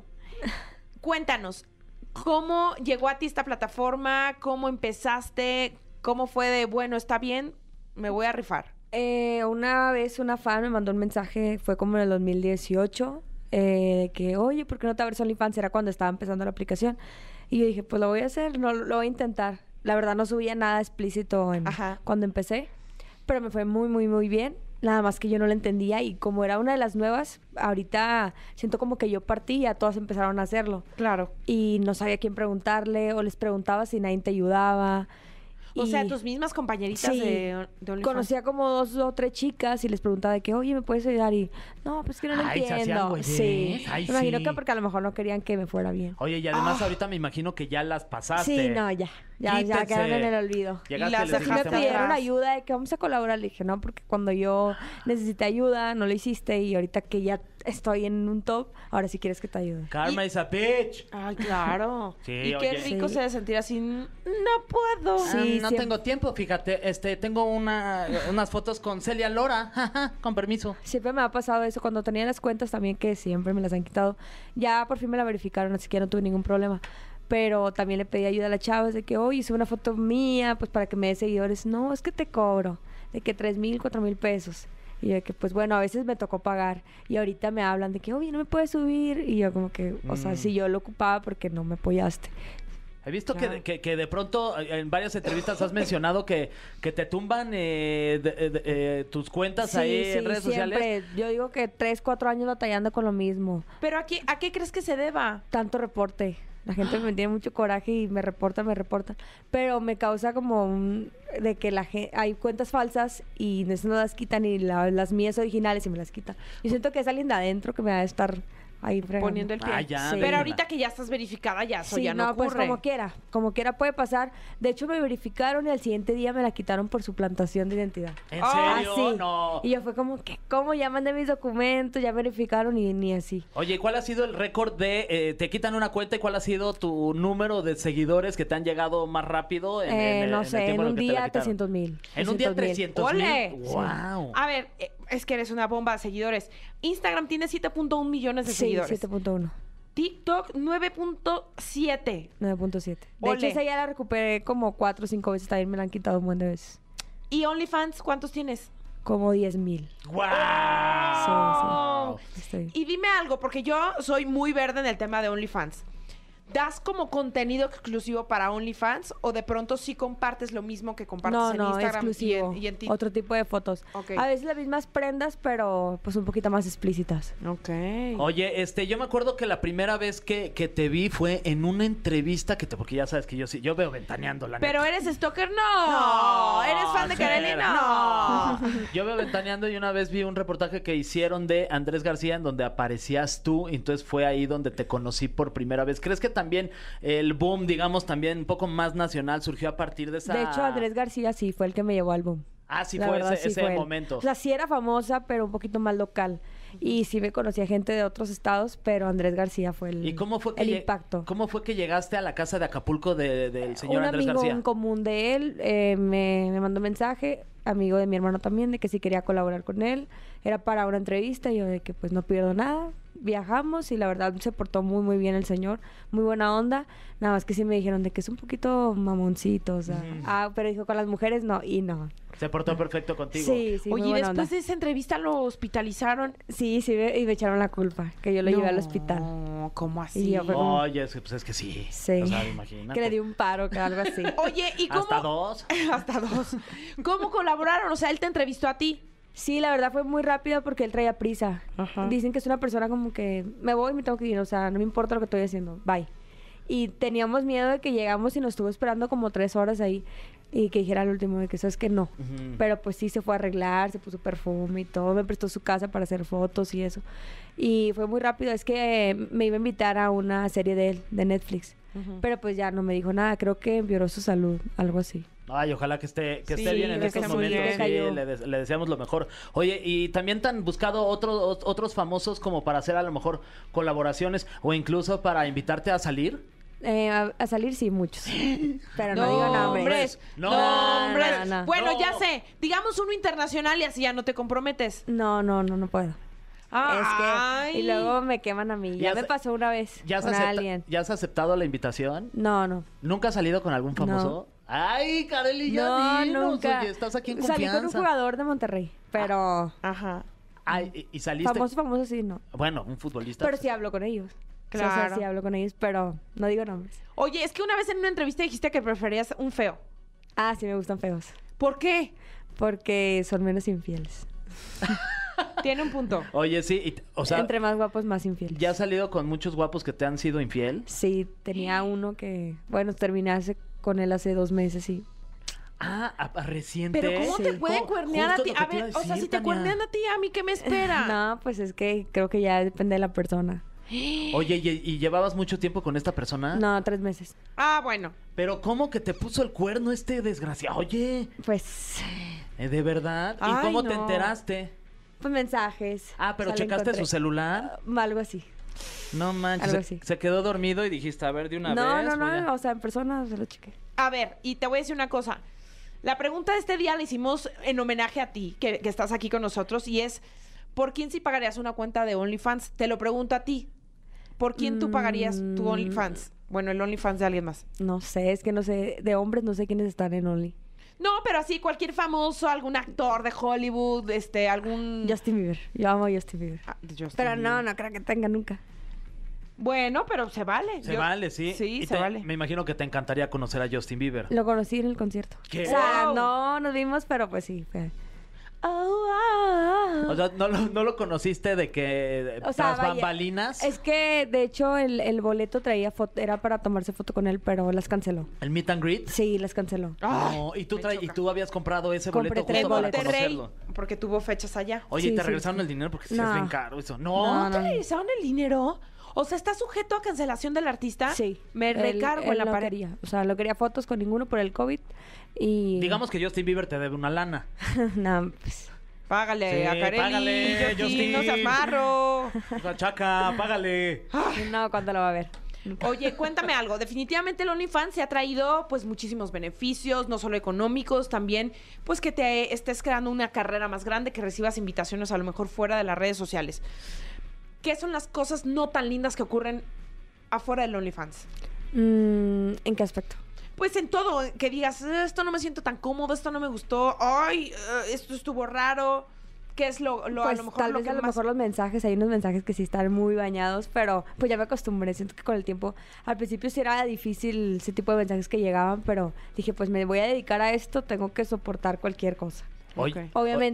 Speaker 3: Cuéntanos, ¿cómo llegó a ti esta plataforma? ¿Cómo empezaste? ¿Cómo fue de, bueno, está bien, me voy a rifar?
Speaker 2: Eh, una vez una fan me mandó un mensaje, fue como en el 2018, eh, de que, oye, ¿por qué no te abres OnlyFans? Era cuando estaba empezando la aplicación. Y yo dije, pues lo voy a hacer, no, lo voy a intentar. La verdad no subía nada explícito en-
Speaker 3: Ajá.
Speaker 2: cuando empecé, pero me fue muy, muy, muy bien. Nada más que yo no lo entendía y como era una de las nuevas, ahorita siento como que yo partí y ya todas empezaron a hacerlo.
Speaker 3: Claro.
Speaker 2: Y no sabía a quién preguntarle o les preguntaba si nadie te ayudaba.
Speaker 3: O sea,
Speaker 2: Y-
Speaker 3: tus mismas compañeritas
Speaker 2: Sí.
Speaker 3: de, de OnlyFans.
Speaker 2: Conocía como dos o tres chicas y les preguntaba de que, oye, ¿me puedes ayudar? Y, no, pues que no lo
Speaker 4: Ay, se hacían
Speaker 2: entiendo.
Speaker 4: güeyes.
Speaker 2: Sí.
Speaker 4: Ay,
Speaker 2: me imagino
Speaker 4: sí.
Speaker 2: que porque a lo mejor no querían que me fuera bien.
Speaker 4: Oye, y además ahorita me imagino que ya las pasaste.
Speaker 2: Ah. Sí, no, ya. Ya, ya
Speaker 4: Quítense.
Speaker 2: quedaron en el olvido.
Speaker 4: Llegaste,
Speaker 3: Y las
Speaker 4: les
Speaker 2: Así me
Speaker 4: dejaste
Speaker 3: atrás.
Speaker 2: pidieron ayuda de que vamos a colaborar. Le dije, no, porque cuando yo necesité ayuda, no lo hiciste. Y ahorita que ya estoy en un top, ahora sí quieres que te ayude.
Speaker 4: Karma is a bitch.
Speaker 3: Ay, claro.
Speaker 4: Sí,
Speaker 3: y qué
Speaker 4: oye.
Speaker 3: rico
Speaker 2: Sí.
Speaker 3: se debe sentir así. No puedo.
Speaker 2: Sí,
Speaker 4: Ah, no
Speaker 2: siempre.
Speaker 4: tengo tiempo, fíjate, este, tengo una, unas fotos con Celia Lora, (laughs) jaja, con permiso.
Speaker 2: Siempre me ha pasado eso. Cuando tenía las cuentas también, que siempre me las han quitado. Ya por fin me la verificaron, así que ya no tuve ningún problema. Pero también le pedí ayuda a la chava de que, oye, sube una foto mía, pues para que me dé seguidores. No, es que te cobro. De que tres mil, cuatro mil pesos. Y yo de que, pues bueno, a veces me tocó pagar. Y ahorita me hablan de que, oye, no me puedes subir. Y yo como que, o sea,
Speaker 4: Mm.
Speaker 2: si yo lo ocupaba porque no me apoyaste.
Speaker 4: He visto que,
Speaker 3: Claro.
Speaker 4: que, que de pronto eh, en varias entrevistas has mencionado que, que te tumban eh, de- de- eh, tus cuentas ahí en redes sociales.
Speaker 2: siempre. Yo digo que tres, cuatro años batallando con lo mismo.
Speaker 3: Pero aquí, ¿a qué crees que se deba?
Speaker 2: tanto reporte. La gente me tiene mucho coraje y me reporta, me reporta. Pero me causa como un- de que la gen- hay cuentas falsas y no se no las quitan y la- las mías originales y me las quitan. Yo siento que es alguien de adentro que me va a estar ahí fregando.
Speaker 3: Poniendo el pie.
Speaker 4: Ah, ya,
Speaker 2: Sí.
Speaker 3: Pero ahorita que ya estás verificada, ya eso
Speaker 2: Sí,
Speaker 3: ya no, ocurre.
Speaker 2: pues como quiera, como quiera puede pasar. De hecho me verificaron y al siguiente día me la quitaron por suplantación de identidad.
Speaker 4: ¿En
Speaker 3: Ah,
Speaker 4: serio?
Speaker 2: Así.
Speaker 4: No.
Speaker 2: Y yo fue como que, ¿cómo ya mandé mis documentos? Ya verificaron y ni así.
Speaker 4: Oye, ¿cuál ha sido el récord de eh, te quitan una cuenta y cuál ha sido tu número de seguidores que te han llegado más rápido? En,
Speaker 2: Eh,
Speaker 4: en el-
Speaker 2: no
Speaker 4: en el
Speaker 2: sé, en
Speaker 4: tiempo el
Speaker 2: un
Speaker 4: que te la
Speaker 2: día
Speaker 4: quitaron?
Speaker 2: 300 mil.
Speaker 4: En un día 300
Speaker 3: ¡Ole!
Speaker 4: mil. Wow.
Speaker 3: A ver, eh, es que eres una bomba de seguidores. Instagram tiene 7.1 millones de
Speaker 2: Sí,
Speaker 3: seguidores.
Speaker 2: 7.1.
Speaker 3: TikTok 9.7.
Speaker 2: 9.7. De
Speaker 3: Ole.
Speaker 2: hecho, esa ya la recuperé como 4 o 5 veces. También me la han quitado un buen de veces.
Speaker 3: ¿Y OnlyFans cuántos tienes?
Speaker 2: Como 10 mil.
Speaker 3: Oh.
Speaker 2: Sí, sí.
Speaker 3: Y dime algo, porque yo soy muy verde en el tema de OnlyFans. ¿Das como contenido exclusivo para OnlyFans o de pronto sí compartes lo mismo que compartes
Speaker 2: No,
Speaker 3: en
Speaker 2: no,
Speaker 3: Instagram y
Speaker 2: exclusivo.
Speaker 3: en, y en TikTok?
Speaker 2: Otro tipo de fotos.
Speaker 3: Ok.
Speaker 2: A veces las mismas prendas, pero pues un poquito más explícitas.
Speaker 3: Ok.
Speaker 4: Oye, este, yo me acuerdo que la primera vez que, que te vi fue en una entrevista que te, porque ya sabes que yo sí, yo veo ventaneando la
Speaker 3: ¿Pero
Speaker 4: neta.
Speaker 3: eres stalker? No. ¿Eres fan de
Speaker 4: cero.
Speaker 3: Kareli? No.
Speaker 4: (laughs) Yo veo ventaneando y una vez vi un reportaje que hicieron de Andrés García en donde aparecías tú, y entonces fue ahí donde te conocí por primera vez. ¿Crees que también el boom, digamos, también un poco más nacional surgió a partir de
Speaker 2: (laughs)
Speaker 4: esa
Speaker 2: De hecho, Andrés García sí fue el que me llevó al boom.
Speaker 4: Ah, sí
Speaker 2: La
Speaker 4: fue
Speaker 2: verdad,
Speaker 4: ese,
Speaker 2: sí
Speaker 4: ese
Speaker 2: fue él.
Speaker 4: momento.
Speaker 2: O sea, sí era famosa, pero un poquito más local. Y sí me conocía gente de otros estados, pero Andrés García fue el,
Speaker 4: ¿Y cómo fue que
Speaker 2: el
Speaker 4: lle-
Speaker 2: impacto.
Speaker 4: ¿Cómo fue que llegaste a la casa de Acapulco de- del señor
Speaker 2: un
Speaker 4: Andrés
Speaker 2: amigo
Speaker 4: García?
Speaker 2: en común de él eh, me, me mandó mensaje, amigo de mi hermano también, de que si quería colaborar con él. Era para una entrevista y yo de que pues no pierdo nada. Viajamos y la verdad se portó muy muy bien el señor, muy buena onda. Nada más que sí me dijeron de que es un poquito mamoncito, o sea, ah, pero dijo con las mujeres no y no.
Speaker 4: Se portó perfecto contigo.
Speaker 2: Sí, sí, muy
Speaker 3: Oye, ¿y
Speaker 2: buena
Speaker 3: después
Speaker 2: onda.
Speaker 3: de esa entrevista lo hospitalizaron.
Speaker 2: Sí, sí, me- y me echaron la culpa, que yo lo llevé al
Speaker 3: No,
Speaker 2: hospital.
Speaker 3: ¿Cómo
Speaker 2: Y
Speaker 3: así?
Speaker 2: yo fue como-
Speaker 4: Oye, es que, pues es que sí.
Speaker 2: Sí.
Speaker 4: O sea, imagínate.
Speaker 2: Que le di un paro, que algo así.
Speaker 3: Oye, ¿y cómo?
Speaker 4: Hasta dos.
Speaker 3: (laughs) Hasta dos. ¿Cómo colaboraron? O sea, él te entrevistó a ti.
Speaker 2: Sí, la verdad fue muy rápido porque él traía prisa.
Speaker 3: Ajá.
Speaker 2: Dicen que es una persona como que me voy, me tengo que ir, o sea, no me importa lo que estoy haciendo, bye. Y teníamos miedo de que llegamos y nos estuvo esperando como tres horas ahí y que dijera al último de que eso es que no.
Speaker 4: Ujú.
Speaker 2: Pero pues sí, se fue a arreglar, se puso perfume y todo, me prestó su casa para hacer fotos y eso. Y fue muy rápido, es que eh, me iba a invitar a una serie de él, de Netflix. Pero pues ya no me dijo nada, creo que empeoró su salud, algo así.
Speaker 4: Ay, ojalá que esté, que esté
Speaker 3: Sí,
Speaker 4: bien en
Speaker 3: que
Speaker 4: estos
Speaker 3: esté muy
Speaker 4: momentos.
Speaker 3: bien.
Speaker 4: Sí,
Speaker 2: Cayó.
Speaker 4: le, des- le deseamos lo mejor. Oye, y también te han buscado otros otros famosos como para hacer a lo mejor colaboraciones o incluso para invitarte a salir.
Speaker 2: Eh, a, a salir sí,
Speaker 4: (laughs)
Speaker 2: muchos. Pero no, digo nombres.
Speaker 3: nombres.
Speaker 4: No.
Speaker 3: Nombres.
Speaker 2: No, no, no.
Speaker 3: Bueno,
Speaker 4: No.
Speaker 3: ya sé. Digamos uno internacional y así ya no te comprometes.
Speaker 2: No, no, no, no puedo. Ah, Es que, y
Speaker 3: Ay.
Speaker 2: luego me queman a mí. Ya,
Speaker 4: Ya
Speaker 2: me
Speaker 4: se-
Speaker 2: pasó una vez
Speaker 4: ¿Ya has,
Speaker 2: con
Speaker 4: acepta-
Speaker 2: alguien.
Speaker 4: ¿Ya has aceptado la invitación?
Speaker 2: No, no.
Speaker 4: ¿Nunca has salido con algún famoso? Ay, Kareli, ya
Speaker 2: No,
Speaker 4: dinos,
Speaker 2: nunca.
Speaker 4: oye, estás aquí en
Speaker 2: Salí con un
Speaker 4: confianza.
Speaker 2: jugador de Monterrey, pero
Speaker 3: Ajá.
Speaker 4: Ay, y, y saliste.
Speaker 2: famoso, famoso sí, no.
Speaker 4: Bueno, un futbolista.
Speaker 2: Pero sí hablo con ellos. O sea,
Speaker 3: Claro.
Speaker 2: sí hablo con ellos, pero no digo nombres.
Speaker 3: Oye, es que una vez en una entrevista dijiste que preferías un feo.
Speaker 2: Ah, sí me gustan feos.
Speaker 3: ¿Por qué?
Speaker 2: Porque son menos infieles.
Speaker 3: Tiene un punto.
Speaker 4: Oye, sí, y t- o sea,
Speaker 2: Entre más guapos, más infieles.
Speaker 4: ¿ya has salido con muchos guapos que te han sido infiel?
Speaker 2: Sí, tenía uno que, bueno, terminé hace- con él hace dos meses y
Speaker 4: Ah, a- a- reciente.
Speaker 3: Pero ¿cómo te pueden cuernear a
Speaker 4: Justo
Speaker 3: ti?
Speaker 4: lo que
Speaker 3: A
Speaker 4: te iba
Speaker 3: ver, o sea,
Speaker 4: decir,
Speaker 3: si te
Speaker 2: (laughs)
Speaker 4: Tania.
Speaker 3: cuernean a ti, ¿a mí qué me espera?
Speaker 2: No, pues es que creo que ya depende de la persona.
Speaker 4: Oye, ¿y, y llevabas mucho tiempo con esta persona?
Speaker 2: No, tres meses.
Speaker 3: Ah, bueno.
Speaker 4: Pero ¿cómo que te puso el cuerno este desgraciado? Oye,
Speaker 2: Pues,
Speaker 4: eh, ¿de verdad? ¿Y
Speaker 3: Ay,
Speaker 4: cómo te
Speaker 3: no.
Speaker 4: enteraste?
Speaker 2: pues mensajes.
Speaker 4: Ah,
Speaker 2: O
Speaker 4: pero
Speaker 2: sea, lo
Speaker 4: checaste su
Speaker 2: encontré.
Speaker 4: celular.
Speaker 2: Algo así.
Speaker 4: No manches.
Speaker 2: Algo
Speaker 4: se,
Speaker 2: así.
Speaker 4: se quedó dormido y dijiste, a ver, de una
Speaker 2: no,
Speaker 4: vez. pues
Speaker 2: no,
Speaker 4: voy
Speaker 2: no,
Speaker 4: a-
Speaker 2: o sea, en persona se lo chequé.
Speaker 3: A ver, y te voy a decir una cosa. La pregunta de este día la hicimos en homenaje a ti, que, que estás aquí con nosotros, y es, ¿por quién sí pagarías una cuenta de OnlyFans? Te lo pregunto a ti. ¿Por quién tú pagarías tu
Speaker 2: Mm.
Speaker 3: OnlyFans? Bueno, el OnlyFans de alguien más.
Speaker 2: No sé, es que no sé, de hombres no sé quiénes están en Only.
Speaker 3: No, pero así cualquier famoso, algún actor de Hollywood, este,
Speaker 4: Mm.
Speaker 3: algún...
Speaker 2: Justin Bieber, yo amo a Justin Bieber.
Speaker 3: Ah, Justin
Speaker 2: Pero
Speaker 3: Bieber.
Speaker 2: no, no creo que tenga nunca.
Speaker 3: Bueno, pero se vale.
Speaker 4: Se
Speaker 3: Yo-
Speaker 4: vale, sí.
Speaker 3: Sí,
Speaker 4: Y
Speaker 3: se
Speaker 4: te-
Speaker 3: vale.
Speaker 4: Me imagino que te encantaría conocer a Justin Bieber.
Speaker 2: Lo conocí en el concierto.
Speaker 4: ¿Qué?
Speaker 2: O sea,
Speaker 3: Wow.
Speaker 2: no nos vimos, pero pues sí. fue- Oh, Ah.
Speaker 4: O sea, ¿no lo, no lo conociste de que
Speaker 2: O
Speaker 4: tras
Speaker 2: sea, vaya,
Speaker 4: bambalinas?
Speaker 2: Es que, de hecho, el, el boleto traía foto, era para tomarse foto con él, pero las canceló.
Speaker 4: ¿El meet and greet?
Speaker 2: Sí, las canceló.
Speaker 3: Ay,
Speaker 4: No, y tú,
Speaker 3: me
Speaker 4: trae- y
Speaker 3: choca.
Speaker 4: tú habías comprado ese
Speaker 2: Compré
Speaker 4: boleto
Speaker 2: tres
Speaker 4: justo
Speaker 3: En
Speaker 4: para
Speaker 2: boletos.
Speaker 3: Monterrey,
Speaker 4: conocerlo.
Speaker 3: porque tuvo fechas allá.
Speaker 4: Oye,
Speaker 2: Sí,
Speaker 4: ¿te
Speaker 2: sí,
Speaker 4: regresaron
Speaker 2: sí.
Speaker 4: el dinero? Porque sí es
Speaker 2: No.
Speaker 4: bien caro eso.
Speaker 3: ¿No
Speaker 4: No.
Speaker 3: te
Speaker 2: no, no.
Speaker 3: regresaron el dinero? O sea, ¿está sujeto a cancelación del artista?
Speaker 2: Sí.
Speaker 3: Me
Speaker 2: Él-
Speaker 3: recargo
Speaker 2: él
Speaker 3: en la
Speaker 2: no
Speaker 3: pared.
Speaker 2: quería, o sea, no quería fotos con ninguno por el COVID y...
Speaker 4: Digamos que Justin Bieber te debe una lana.
Speaker 2: (laughs) no, pues,
Speaker 3: Págale
Speaker 4: Sí,
Speaker 3: a Carelli,
Speaker 4: págale,
Speaker 3: Justin,
Speaker 4: Justin.
Speaker 3: no seas marro.
Speaker 4: Chaca, págale.
Speaker 3: Ah,
Speaker 2: no, ¿cuándo lo va a ver?
Speaker 3: Oye, cuéntame algo. Definitivamente el OnlyFans se ha traído pues muchísimos beneficios, no solo económicos, también pues que te estés creando una carrera más grande, que recibas invitaciones a lo mejor fuera de las redes sociales. ¿Qué son las cosas no tan lindas que ocurren afuera del OnlyFans?
Speaker 2: Mm, ¿En qué aspecto?
Speaker 3: Pues en todo, que digas, "Eh, esto no me siento tan cómodo, esto no me gustó, ay, eh, esto estuvo raro. ¿Qué es lo, lo-
Speaker 2: pues
Speaker 3: a lo mejor
Speaker 2: tal
Speaker 3: lo
Speaker 2: vez
Speaker 3: que
Speaker 2: a lo
Speaker 3: más-
Speaker 2: mejor los mensajes, hay unos mensajes que sí están muy bañados, pero pues ya me acostumbré, siento que con el tiempo, al principio sí era difícil ese tipo de mensajes que llegaban, pero dije, pues me voy a dedicar a esto, tengo que soportar cualquier cosa.
Speaker 4: Oye,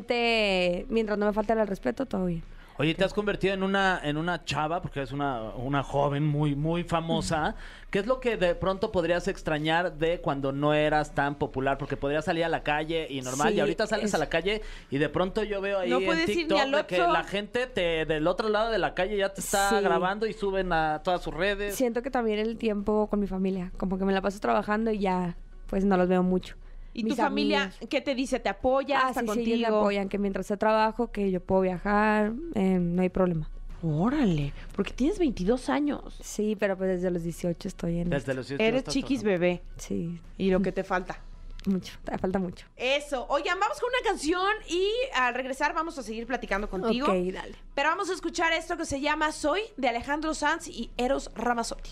Speaker 2: Obviamente, mientras no me falte el respeto, todo bien.
Speaker 4: Oye, te has convertido en una, en una chava, porque es una, una joven muy, muy famosa. ¿Qué es lo que de pronto podrías extrañar de cuando no eras tan popular? Porque podrías salir a la calle y normal,
Speaker 2: Sí,
Speaker 4: y ahorita sales
Speaker 2: es-
Speaker 4: a la calle y de pronto yo veo ahí
Speaker 3: No
Speaker 4: en
Speaker 3: puedes ir ni
Speaker 4: TikTok
Speaker 3: al
Speaker 4: de que
Speaker 3: Oxxo.
Speaker 4: la gente te, del otro lado de la calle ya te está
Speaker 2: Sí.
Speaker 4: grabando y suben a todas sus redes.
Speaker 2: Siento que también el tiempo con mi familia, como que me la paso trabajando y ya, pues no los veo mucho.
Speaker 3: ¿Y
Speaker 2: Mis
Speaker 3: tu familia
Speaker 2: amigos.
Speaker 3: qué te dice? ¿Te apoya?
Speaker 2: Ah,
Speaker 3: ¿Está
Speaker 2: sí, sí,
Speaker 3: contigo?
Speaker 2: ellos me apoyan, que mientras yo trabajo, que yo puedo viajar, eh, no hay problema.
Speaker 3: Órale, porque tienes 22 años.
Speaker 2: Sí, pero pues desde los 18 estoy en...
Speaker 4: Desde los 18
Speaker 3: Eres
Speaker 4: estás
Speaker 3: chiquis
Speaker 4: trabajando.
Speaker 3: bebé
Speaker 2: Sí,
Speaker 3: y
Speaker 2: (laughs)
Speaker 3: lo que te falta.
Speaker 2: mucho, te falta mucho.
Speaker 3: Eso. Oigan, vamos con una canción y al regresar vamos a seguir platicando contigo.
Speaker 2: Ok, dale.
Speaker 3: Pero vamos a escuchar esto que se llama Soy de Alejandro Sanz y Eros Ramazzotti.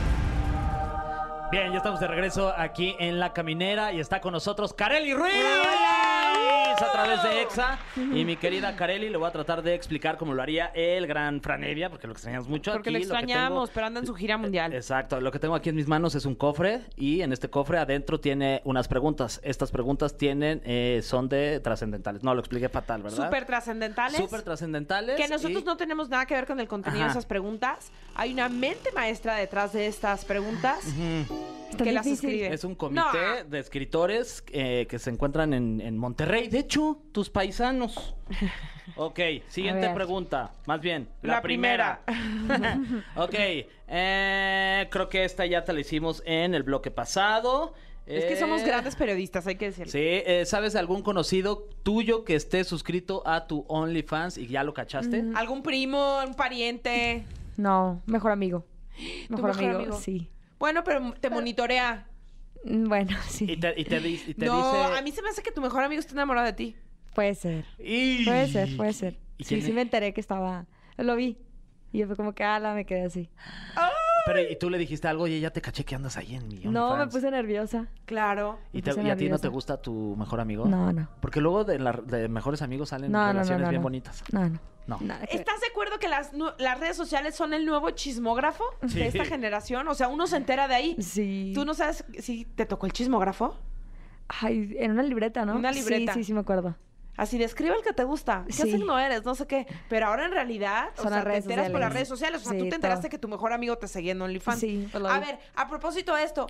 Speaker 4: Bien, ya estamos de regreso aquí en La Caminera y está con nosotros Kareli Ruiz a través de EXA. Y mi querida Kareli, le voy a tratar de explicar cómo lo haría el gran Franevia, porque lo extrañamos mucho.
Speaker 3: Porque
Speaker 4: aquí,
Speaker 3: lo
Speaker 4: que
Speaker 3: extrañamos,
Speaker 4: tengo-
Speaker 3: pero anda en su gira mundial.
Speaker 4: Exacto, lo que tengo aquí en mis manos es un cofre y en este cofre adentro tiene unas preguntas. Estas preguntas tienen eh, son de trascendentales. No, lo expliqué fatal, ¿verdad?
Speaker 3: Súper trascendentales.
Speaker 4: Súper trascendentales.
Speaker 3: Que nosotros
Speaker 4: y-
Speaker 3: no tenemos nada que ver con el contenido
Speaker 4: Ajá.
Speaker 3: de esas preguntas. Hay una mente maestra detrás de estas preguntas
Speaker 4: Ujú.
Speaker 2: Está
Speaker 3: que las
Speaker 2: difícil.
Speaker 3: escribe.
Speaker 4: Es un comité
Speaker 3: No.
Speaker 4: de escritores eh, que se encuentran en, en Monterrey. De hecho, tus paisanos. Ok, siguiente
Speaker 2: A ver.
Speaker 4: pregunta. Más bien, la,
Speaker 3: La
Speaker 4: primera.
Speaker 3: primera.
Speaker 4: (laughs) ok, eh, creo que esta ya te la hicimos en el bloque pasado.
Speaker 3: Es que somos
Speaker 4: Eh,
Speaker 3: grandes periodistas, hay que decirlo.
Speaker 4: Sí, eh, ¿sabes de algún conocido tuyo que esté suscrito a tu OnlyFans y ya lo cachaste?
Speaker 3: ¿Algún primo, un pariente?
Speaker 2: No, mejor amigo. Mejor,
Speaker 3: mejor
Speaker 2: amigo,
Speaker 3: amigo?
Speaker 2: sí.
Speaker 3: Bueno, pero te monitorea.
Speaker 2: Mm, Bueno, sí.
Speaker 4: Y te, y te di- y te
Speaker 3: no,
Speaker 4: dice...
Speaker 3: a mí se me hace que tu mejor amigo está enamorado de ti.
Speaker 2: Puede ser.
Speaker 4: Y-
Speaker 2: Puede ser, puede ser.
Speaker 4: ¿Y
Speaker 2: Sí,
Speaker 4: quién
Speaker 2: sí
Speaker 4: es?
Speaker 2: me enteré que estaba. Lo vi. Y yo fue como que, ala, me quedé así.
Speaker 4: Pero, ¿y tú le dijiste algo? Oye, ya te caché que andas ahí en mi OnlyFans.
Speaker 2: No, me puse nerviosa.
Speaker 3: Claro.
Speaker 4: ¿Y,
Speaker 2: Me
Speaker 4: te-
Speaker 2: puse
Speaker 4: y a ti no
Speaker 2: nerviosa.
Speaker 4: te gusta tu mejor amigo?
Speaker 2: No, no.
Speaker 4: Porque luego de, la- de mejores amigos salen
Speaker 2: No, no, no,
Speaker 4: relaciones
Speaker 2: no,
Speaker 4: bien
Speaker 2: no.
Speaker 4: bonitas.
Speaker 2: No, no.
Speaker 4: No.
Speaker 2: Nada que ver.
Speaker 3: ¿Estás de acuerdo que las, nu- las redes sociales son el nuevo chismógrafo de esta generación? O sea, uno se entera de ahí.
Speaker 2: Sí.
Speaker 3: ¿Tú no sabes si te tocó el chismógrafo?
Speaker 2: Ay, en una libreta, ¿no?
Speaker 3: Una libreta.
Speaker 2: Sí, sí, sí me acuerdo.
Speaker 3: Así describe el que te gusta. ¿Qué
Speaker 2: Sí.
Speaker 3: no eres? No sé qué. Pero ahora en realidad, o
Speaker 2: Son
Speaker 3: sea,
Speaker 2: las
Speaker 3: te
Speaker 2: redes
Speaker 3: enteras por las
Speaker 2: sociales.
Speaker 3: redes sociales. O sea,
Speaker 2: Sí,
Speaker 3: tú te enteraste
Speaker 2: todo.
Speaker 3: que tu mejor amigo te seguía en OnlyFans.
Speaker 2: Sí, pues lo
Speaker 3: a
Speaker 2: vi.
Speaker 3: ver, a propósito de esto,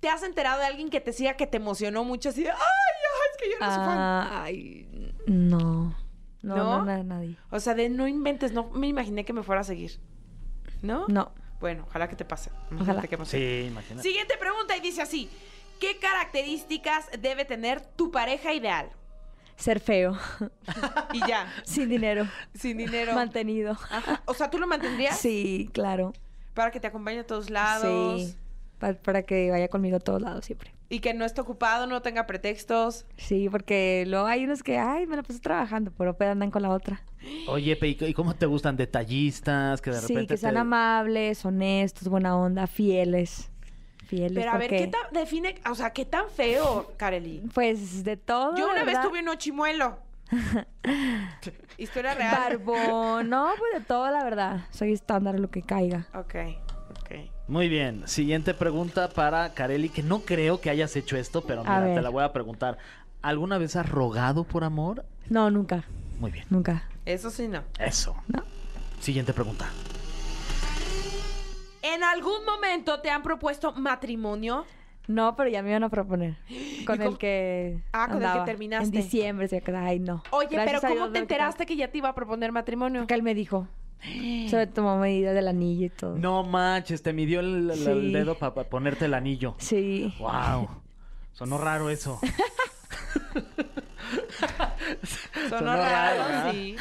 Speaker 3: ¿te has enterado de alguien que te siga que te emocionó mucho así de, ay, ay, es que yo era su fan.
Speaker 2: Ah, ay, no. No,
Speaker 3: ¿No?
Speaker 2: no, na- nadie.
Speaker 3: O sea, de no inventes, no me imaginé que me fuera a seguir. ¿No?
Speaker 2: No.
Speaker 3: Bueno, ojalá que te pase.
Speaker 2: Ojalá.
Speaker 3: Que pase.
Speaker 4: Sí, imagínate.
Speaker 3: Siguiente pregunta y dice así. ¿Qué características debe tener tu pareja ideal?
Speaker 2: Ser feo. (laughs)
Speaker 3: Y ya,
Speaker 2: Sin dinero.
Speaker 3: sin dinero. Ah,
Speaker 2: Mantenido.
Speaker 3: Ajá. O sea, ¿tú lo mantendrías?
Speaker 2: Sí, claro.
Speaker 3: Para que te acompañe a todos lados.
Speaker 2: Sí. Pa- para que vaya conmigo a todos lados siempre.
Speaker 3: Y que no esté ocupado, no tenga pretextos.
Speaker 2: Sí, porque luego hay unos que, ay, me la pasé trabajando, pero pues andan con la otra.
Speaker 4: Oye, Pe, ¿y cómo te gustan detallistas? Que de
Speaker 2: Sí,
Speaker 4: repente
Speaker 2: que sean
Speaker 4: te-
Speaker 2: amables, honestos, buena onda, fieles. Fieles.
Speaker 3: Pero a ver,
Speaker 2: porque,
Speaker 3: ¿qué tan define, o sea, qué tan feo, Kareli?
Speaker 2: Pues de todo.
Speaker 3: Yo una vez
Speaker 2: ¿verdad?
Speaker 3: tuve
Speaker 2: (laughs)
Speaker 3: un chimuelo. Historia real.
Speaker 2: Barbón, no, pues de todo, la verdad. Soy estándar lo que caiga.
Speaker 3: Ok, ok.
Speaker 4: Muy bien, siguiente pregunta para Kareli, que no creo que hayas hecho esto, pero
Speaker 2: A
Speaker 4: mira, te
Speaker 2: ver.
Speaker 4: la voy a preguntar. ¿Alguna vez has rogado por amor?
Speaker 2: No, nunca,
Speaker 4: Muy bien,
Speaker 2: nunca.
Speaker 3: Eso sí no.
Speaker 4: eso. Siguiente pregunta.
Speaker 3: ¿En algún momento te han propuesto matrimonio?
Speaker 2: No, pero ya me iban a
Speaker 3: (gasps)
Speaker 2: proponer. Con
Speaker 3: cómo-
Speaker 2: el que.
Speaker 3: Ah, con el que
Speaker 2: andaba.
Speaker 3: terminaste.
Speaker 2: En diciembre, sí, que- ay, no.
Speaker 3: Oye,
Speaker 2: Gracias a
Speaker 3: pero ¿cómo
Speaker 2: Dios,
Speaker 3: te
Speaker 2: no,
Speaker 3: enteraste que ya te iba a proponer matrimonio?
Speaker 2: Que él me
Speaker 3: (gasps)
Speaker 2: dijo. Se me tomó medidas del anillo y todo.
Speaker 4: No manches, te midió el, el- el
Speaker 2: Sí.
Speaker 4: dedo para ponerte el anillo.
Speaker 2: Sí.
Speaker 4: Wow. Sonó
Speaker 2: (laughs)
Speaker 4: raro eso.
Speaker 3: Sonó
Speaker 4: Sonó raro,
Speaker 3: raro,
Speaker 4: ¿verdad?
Speaker 3: sí.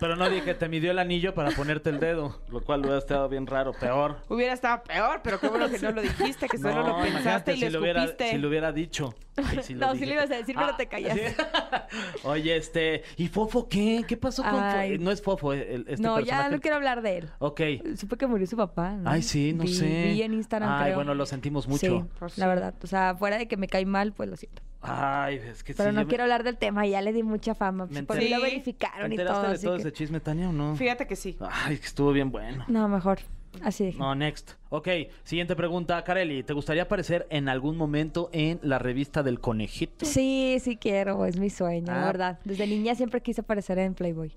Speaker 4: Pero no dije que te midió el anillo para ponerte el dedo, lo cual hubiera estado bien raro, peor.
Speaker 3: Hubiera estado peor, pero qué bueno que no lo dijiste, que solo lo
Speaker 4: No,
Speaker 3: pensaste
Speaker 4: imagínate
Speaker 3: y lo
Speaker 4: si hubiera,
Speaker 3: escupiste.
Speaker 4: si lo hubiera dicho. Ay,
Speaker 2: No, sí
Speaker 4: dije. Ah,
Speaker 2: lo ibas a decir, pero te callaste.
Speaker 4: ¿sí? (laughs) Oye, este, ¿y Fofo qué? ¿Qué pasó con Fofo?
Speaker 2: Ay.
Speaker 4: Eh, No es Fofo, eh, el- este
Speaker 2: no, ya
Speaker 4: personaje.
Speaker 2: no quiero hablar de él.
Speaker 4: Ok.
Speaker 2: Supe que murió su papá. ¿no?
Speaker 4: Ay, sí, no
Speaker 2: Vi-
Speaker 4: sé.
Speaker 2: Vi en Instagram.
Speaker 4: Ay,
Speaker 2: creo.
Speaker 4: bueno, lo sentimos mucho.
Speaker 2: Sí,
Speaker 3: Pues sí.
Speaker 2: la verdad. O sea, fuera de que me cae mal, pues lo siento.
Speaker 4: Ay, es que
Speaker 2: Pero
Speaker 4: sí,
Speaker 2: no
Speaker 4: yo me-
Speaker 2: quiero hablar del tema, ya le di mucha fama. Pues,
Speaker 4: Me
Speaker 2: por mí lo
Speaker 3: enteré.
Speaker 4: ¿Te
Speaker 2: verificaron y
Speaker 4: enteraste
Speaker 2: todo.
Speaker 4: de
Speaker 2: así
Speaker 4: todo
Speaker 2: que-
Speaker 4: ese chisme, Tania, o no?
Speaker 3: Fíjate que sí.
Speaker 4: Ay, que estuvo bien bueno.
Speaker 2: No, mejor. Así dije.
Speaker 4: No, next. Ok, siguiente pregunta, Kareli. ¿Te gustaría aparecer en algún momento en la revista del conejito?
Speaker 2: Sí, sí quiero, es mi sueño,
Speaker 4: Ah.
Speaker 2: la verdad. Desde niña siempre quise aparecer en Playboy.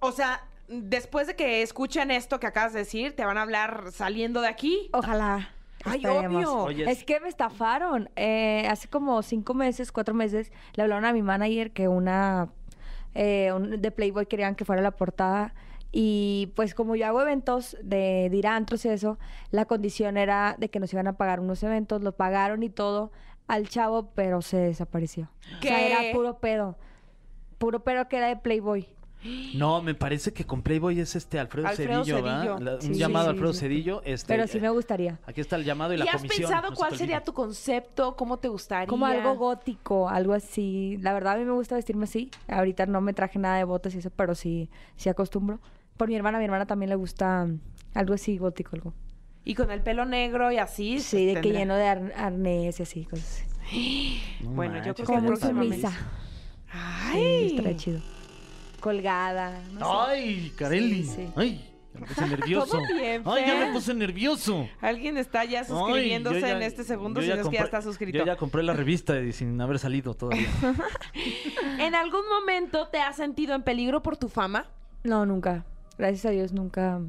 Speaker 3: O sea, después de que escuchen esto que acabas de decir, te van a hablar saliendo de aquí.
Speaker 4: Oh,
Speaker 2: Ojalá.
Speaker 3: Ay,
Speaker 2: Esperemos.
Speaker 3: obvio.
Speaker 4: Oye,
Speaker 2: Es que me estafaron. Eh, hace como cinco meses, cuatro meses, le hablaron a mi manager que una eh, un- de Playboy querían que fuera la portada. Y pues como yo hago eventos de, de ir a antros y eso, la condición era de que nos iban a pagar unos eventos, lo pagaron y todo al chavo, pero se desapareció. O sea,
Speaker 3: ¿Qué?
Speaker 2: era puro pedo. Puro pedo que era de Playboy.
Speaker 4: No, me parece que con Playboy es este Alfredo,
Speaker 3: Alfredo
Speaker 4: Cedillo,
Speaker 3: Cedillo.
Speaker 4: ¿verdad? La- un
Speaker 2: Sí,
Speaker 4: llamado
Speaker 2: sí,
Speaker 4: Alfredo
Speaker 2: sí.
Speaker 4: Cedillo. Este,
Speaker 2: Pero sí me gustaría.
Speaker 4: Aquí está el llamado y,
Speaker 3: ¿Y
Speaker 4: la
Speaker 3: has
Speaker 4: comisión.
Speaker 3: pensado
Speaker 4: no se te
Speaker 3: cuál
Speaker 4: olvide.
Speaker 3: sería tu concepto? ¿Cómo te gustaría?
Speaker 2: Como algo gótico, algo así. La verdad, a mí me gusta vestirme así. Ahorita no me traje nada de botas y eso, pero sí, sí acostumbro. Por mi hermana, a mi hermana también le gusta mm, algo así gótico, algo.
Speaker 3: Y con el pelo negro y pues así.
Speaker 2: Sí, de que
Speaker 3: tendría.
Speaker 2: lleno de ar- arnés y así, cosas así.
Speaker 4: No
Speaker 3: Bueno, yo creo que
Speaker 2: Como
Speaker 4: estaría
Speaker 3: próximamente.
Speaker 2: sumisa.
Speaker 4: padrísimo.
Speaker 2: Sí,
Speaker 3: Ay.
Speaker 2: estaría chido. Colgada, no sé.
Speaker 4: Ay, Kareli.
Speaker 2: Sí, sí.
Speaker 4: Ay, ya me puse nervioso.
Speaker 3: (laughs) Todo bien,
Speaker 4: Ay, ya
Speaker 3: Fer.
Speaker 4: me puse nervioso.
Speaker 3: Alguien está ya
Speaker 4: Ay, yo
Speaker 3: suscribiéndose
Speaker 4: ya-
Speaker 3: en este segundo,
Speaker 4: yo
Speaker 3: si no es que ya
Speaker 4: compré-
Speaker 3: está suscrito.
Speaker 4: Yo ya compré la revista y sin haber
Speaker 3: (laughs)
Speaker 4: salido todavía.
Speaker 3: ¿En algún momento te has sentido en peligro por tu fama?
Speaker 2: No, nunca. Gracias a Dios, nunca.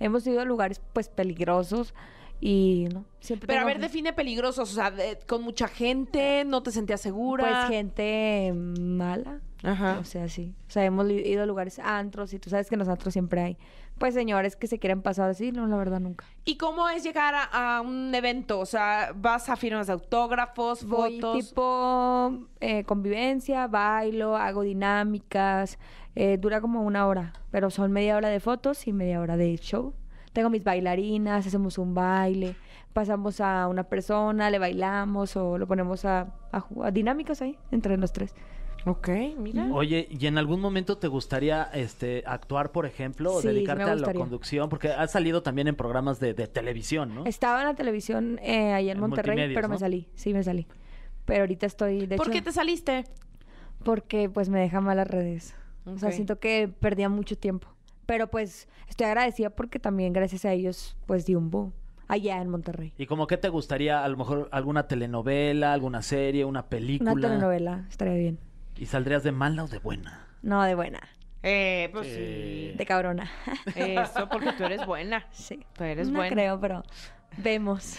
Speaker 2: Hemos ido a lugares, pues, peligrosos y, ¿no? Siempre
Speaker 3: Pero a
Speaker 2: tengo-
Speaker 3: ver, define peligrosos, o sea, de- con mucha gente, no te sentías segura.
Speaker 2: Pues gente mala.
Speaker 3: Ajá.
Speaker 2: O sea, sí. O sea, hemos li- ido a lugares antros y tú sabes que en los antros siempre hay, pues, señores que se quieren pasar así. No, la verdad, nunca.
Speaker 3: ¿Y cómo es llegar a, a un evento? O sea, vas a firmas de autógrafos,
Speaker 2: Voy
Speaker 3: fotos.
Speaker 2: tipo eh, convivencia, bailo, hago dinámicas. eh, dura como una hora, pero son media hora de fotos y media hora de show. Tengo mis bailarinas, hacemos un baile, pasamos a una persona, le bailamos o lo ponemos a, a jugar- dinámicas ahí entre los tres.
Speaker 3: Ok, mira.
Speaker 2: Mm.
Speaker 4: Oye, ¿y en algún momento te gustaría este, actuar, por ejemplo, o
Speaker 2: Sí, sí me
Speaker 4: dedicarte a la
Speaker 2: gustaría.
Speaker 4: conducción? Porque has salido también en programas de, de televisión, ¿no?
Speaker 2: Estaba en la televisión eh, ahí en,
Speaker 4: En
Speaker 2: Monterrey,
Speaker 4: multimedios,
Speaker 2: pero
Speaker 4: ¿no?
Speaker 2: me salí, sí me salí. Pero ahorita estoy, de
Speaker 3: ¿Por
Speaker 2: hecho,
Speaker 3: qué te saliste?
Speaker 2: porque pues me deja malas redes. O sea,
Speaker 3: Ok.
Speaker 2: siento que perdía mucho tiempo. Pero pues estoy agradecida porque también gracias a ellos pues di un boom allá en Monterrey.
Speaker 4: ¿Y como qué te gustaría, a lo mejor, alguna telenovela, alguna serie, una película?
Speaker 2: Una telenovela, estaría bien.
Speaker 4: ¿Y saldrías de mala o de buena?
Speaker 2: No, de buena,
Speaker 3: Eh, pues
Speaker 4: Eh.
Speaker 2: de cabrona. (laughs)
Speaker 3: sí. Eso, porque tú eres buena.
Speaker 2: sí.
Speaker 3: Tú eres
Speaker 2: no
Speaker 3: buena.
Speaker 2: creo, pero vemos.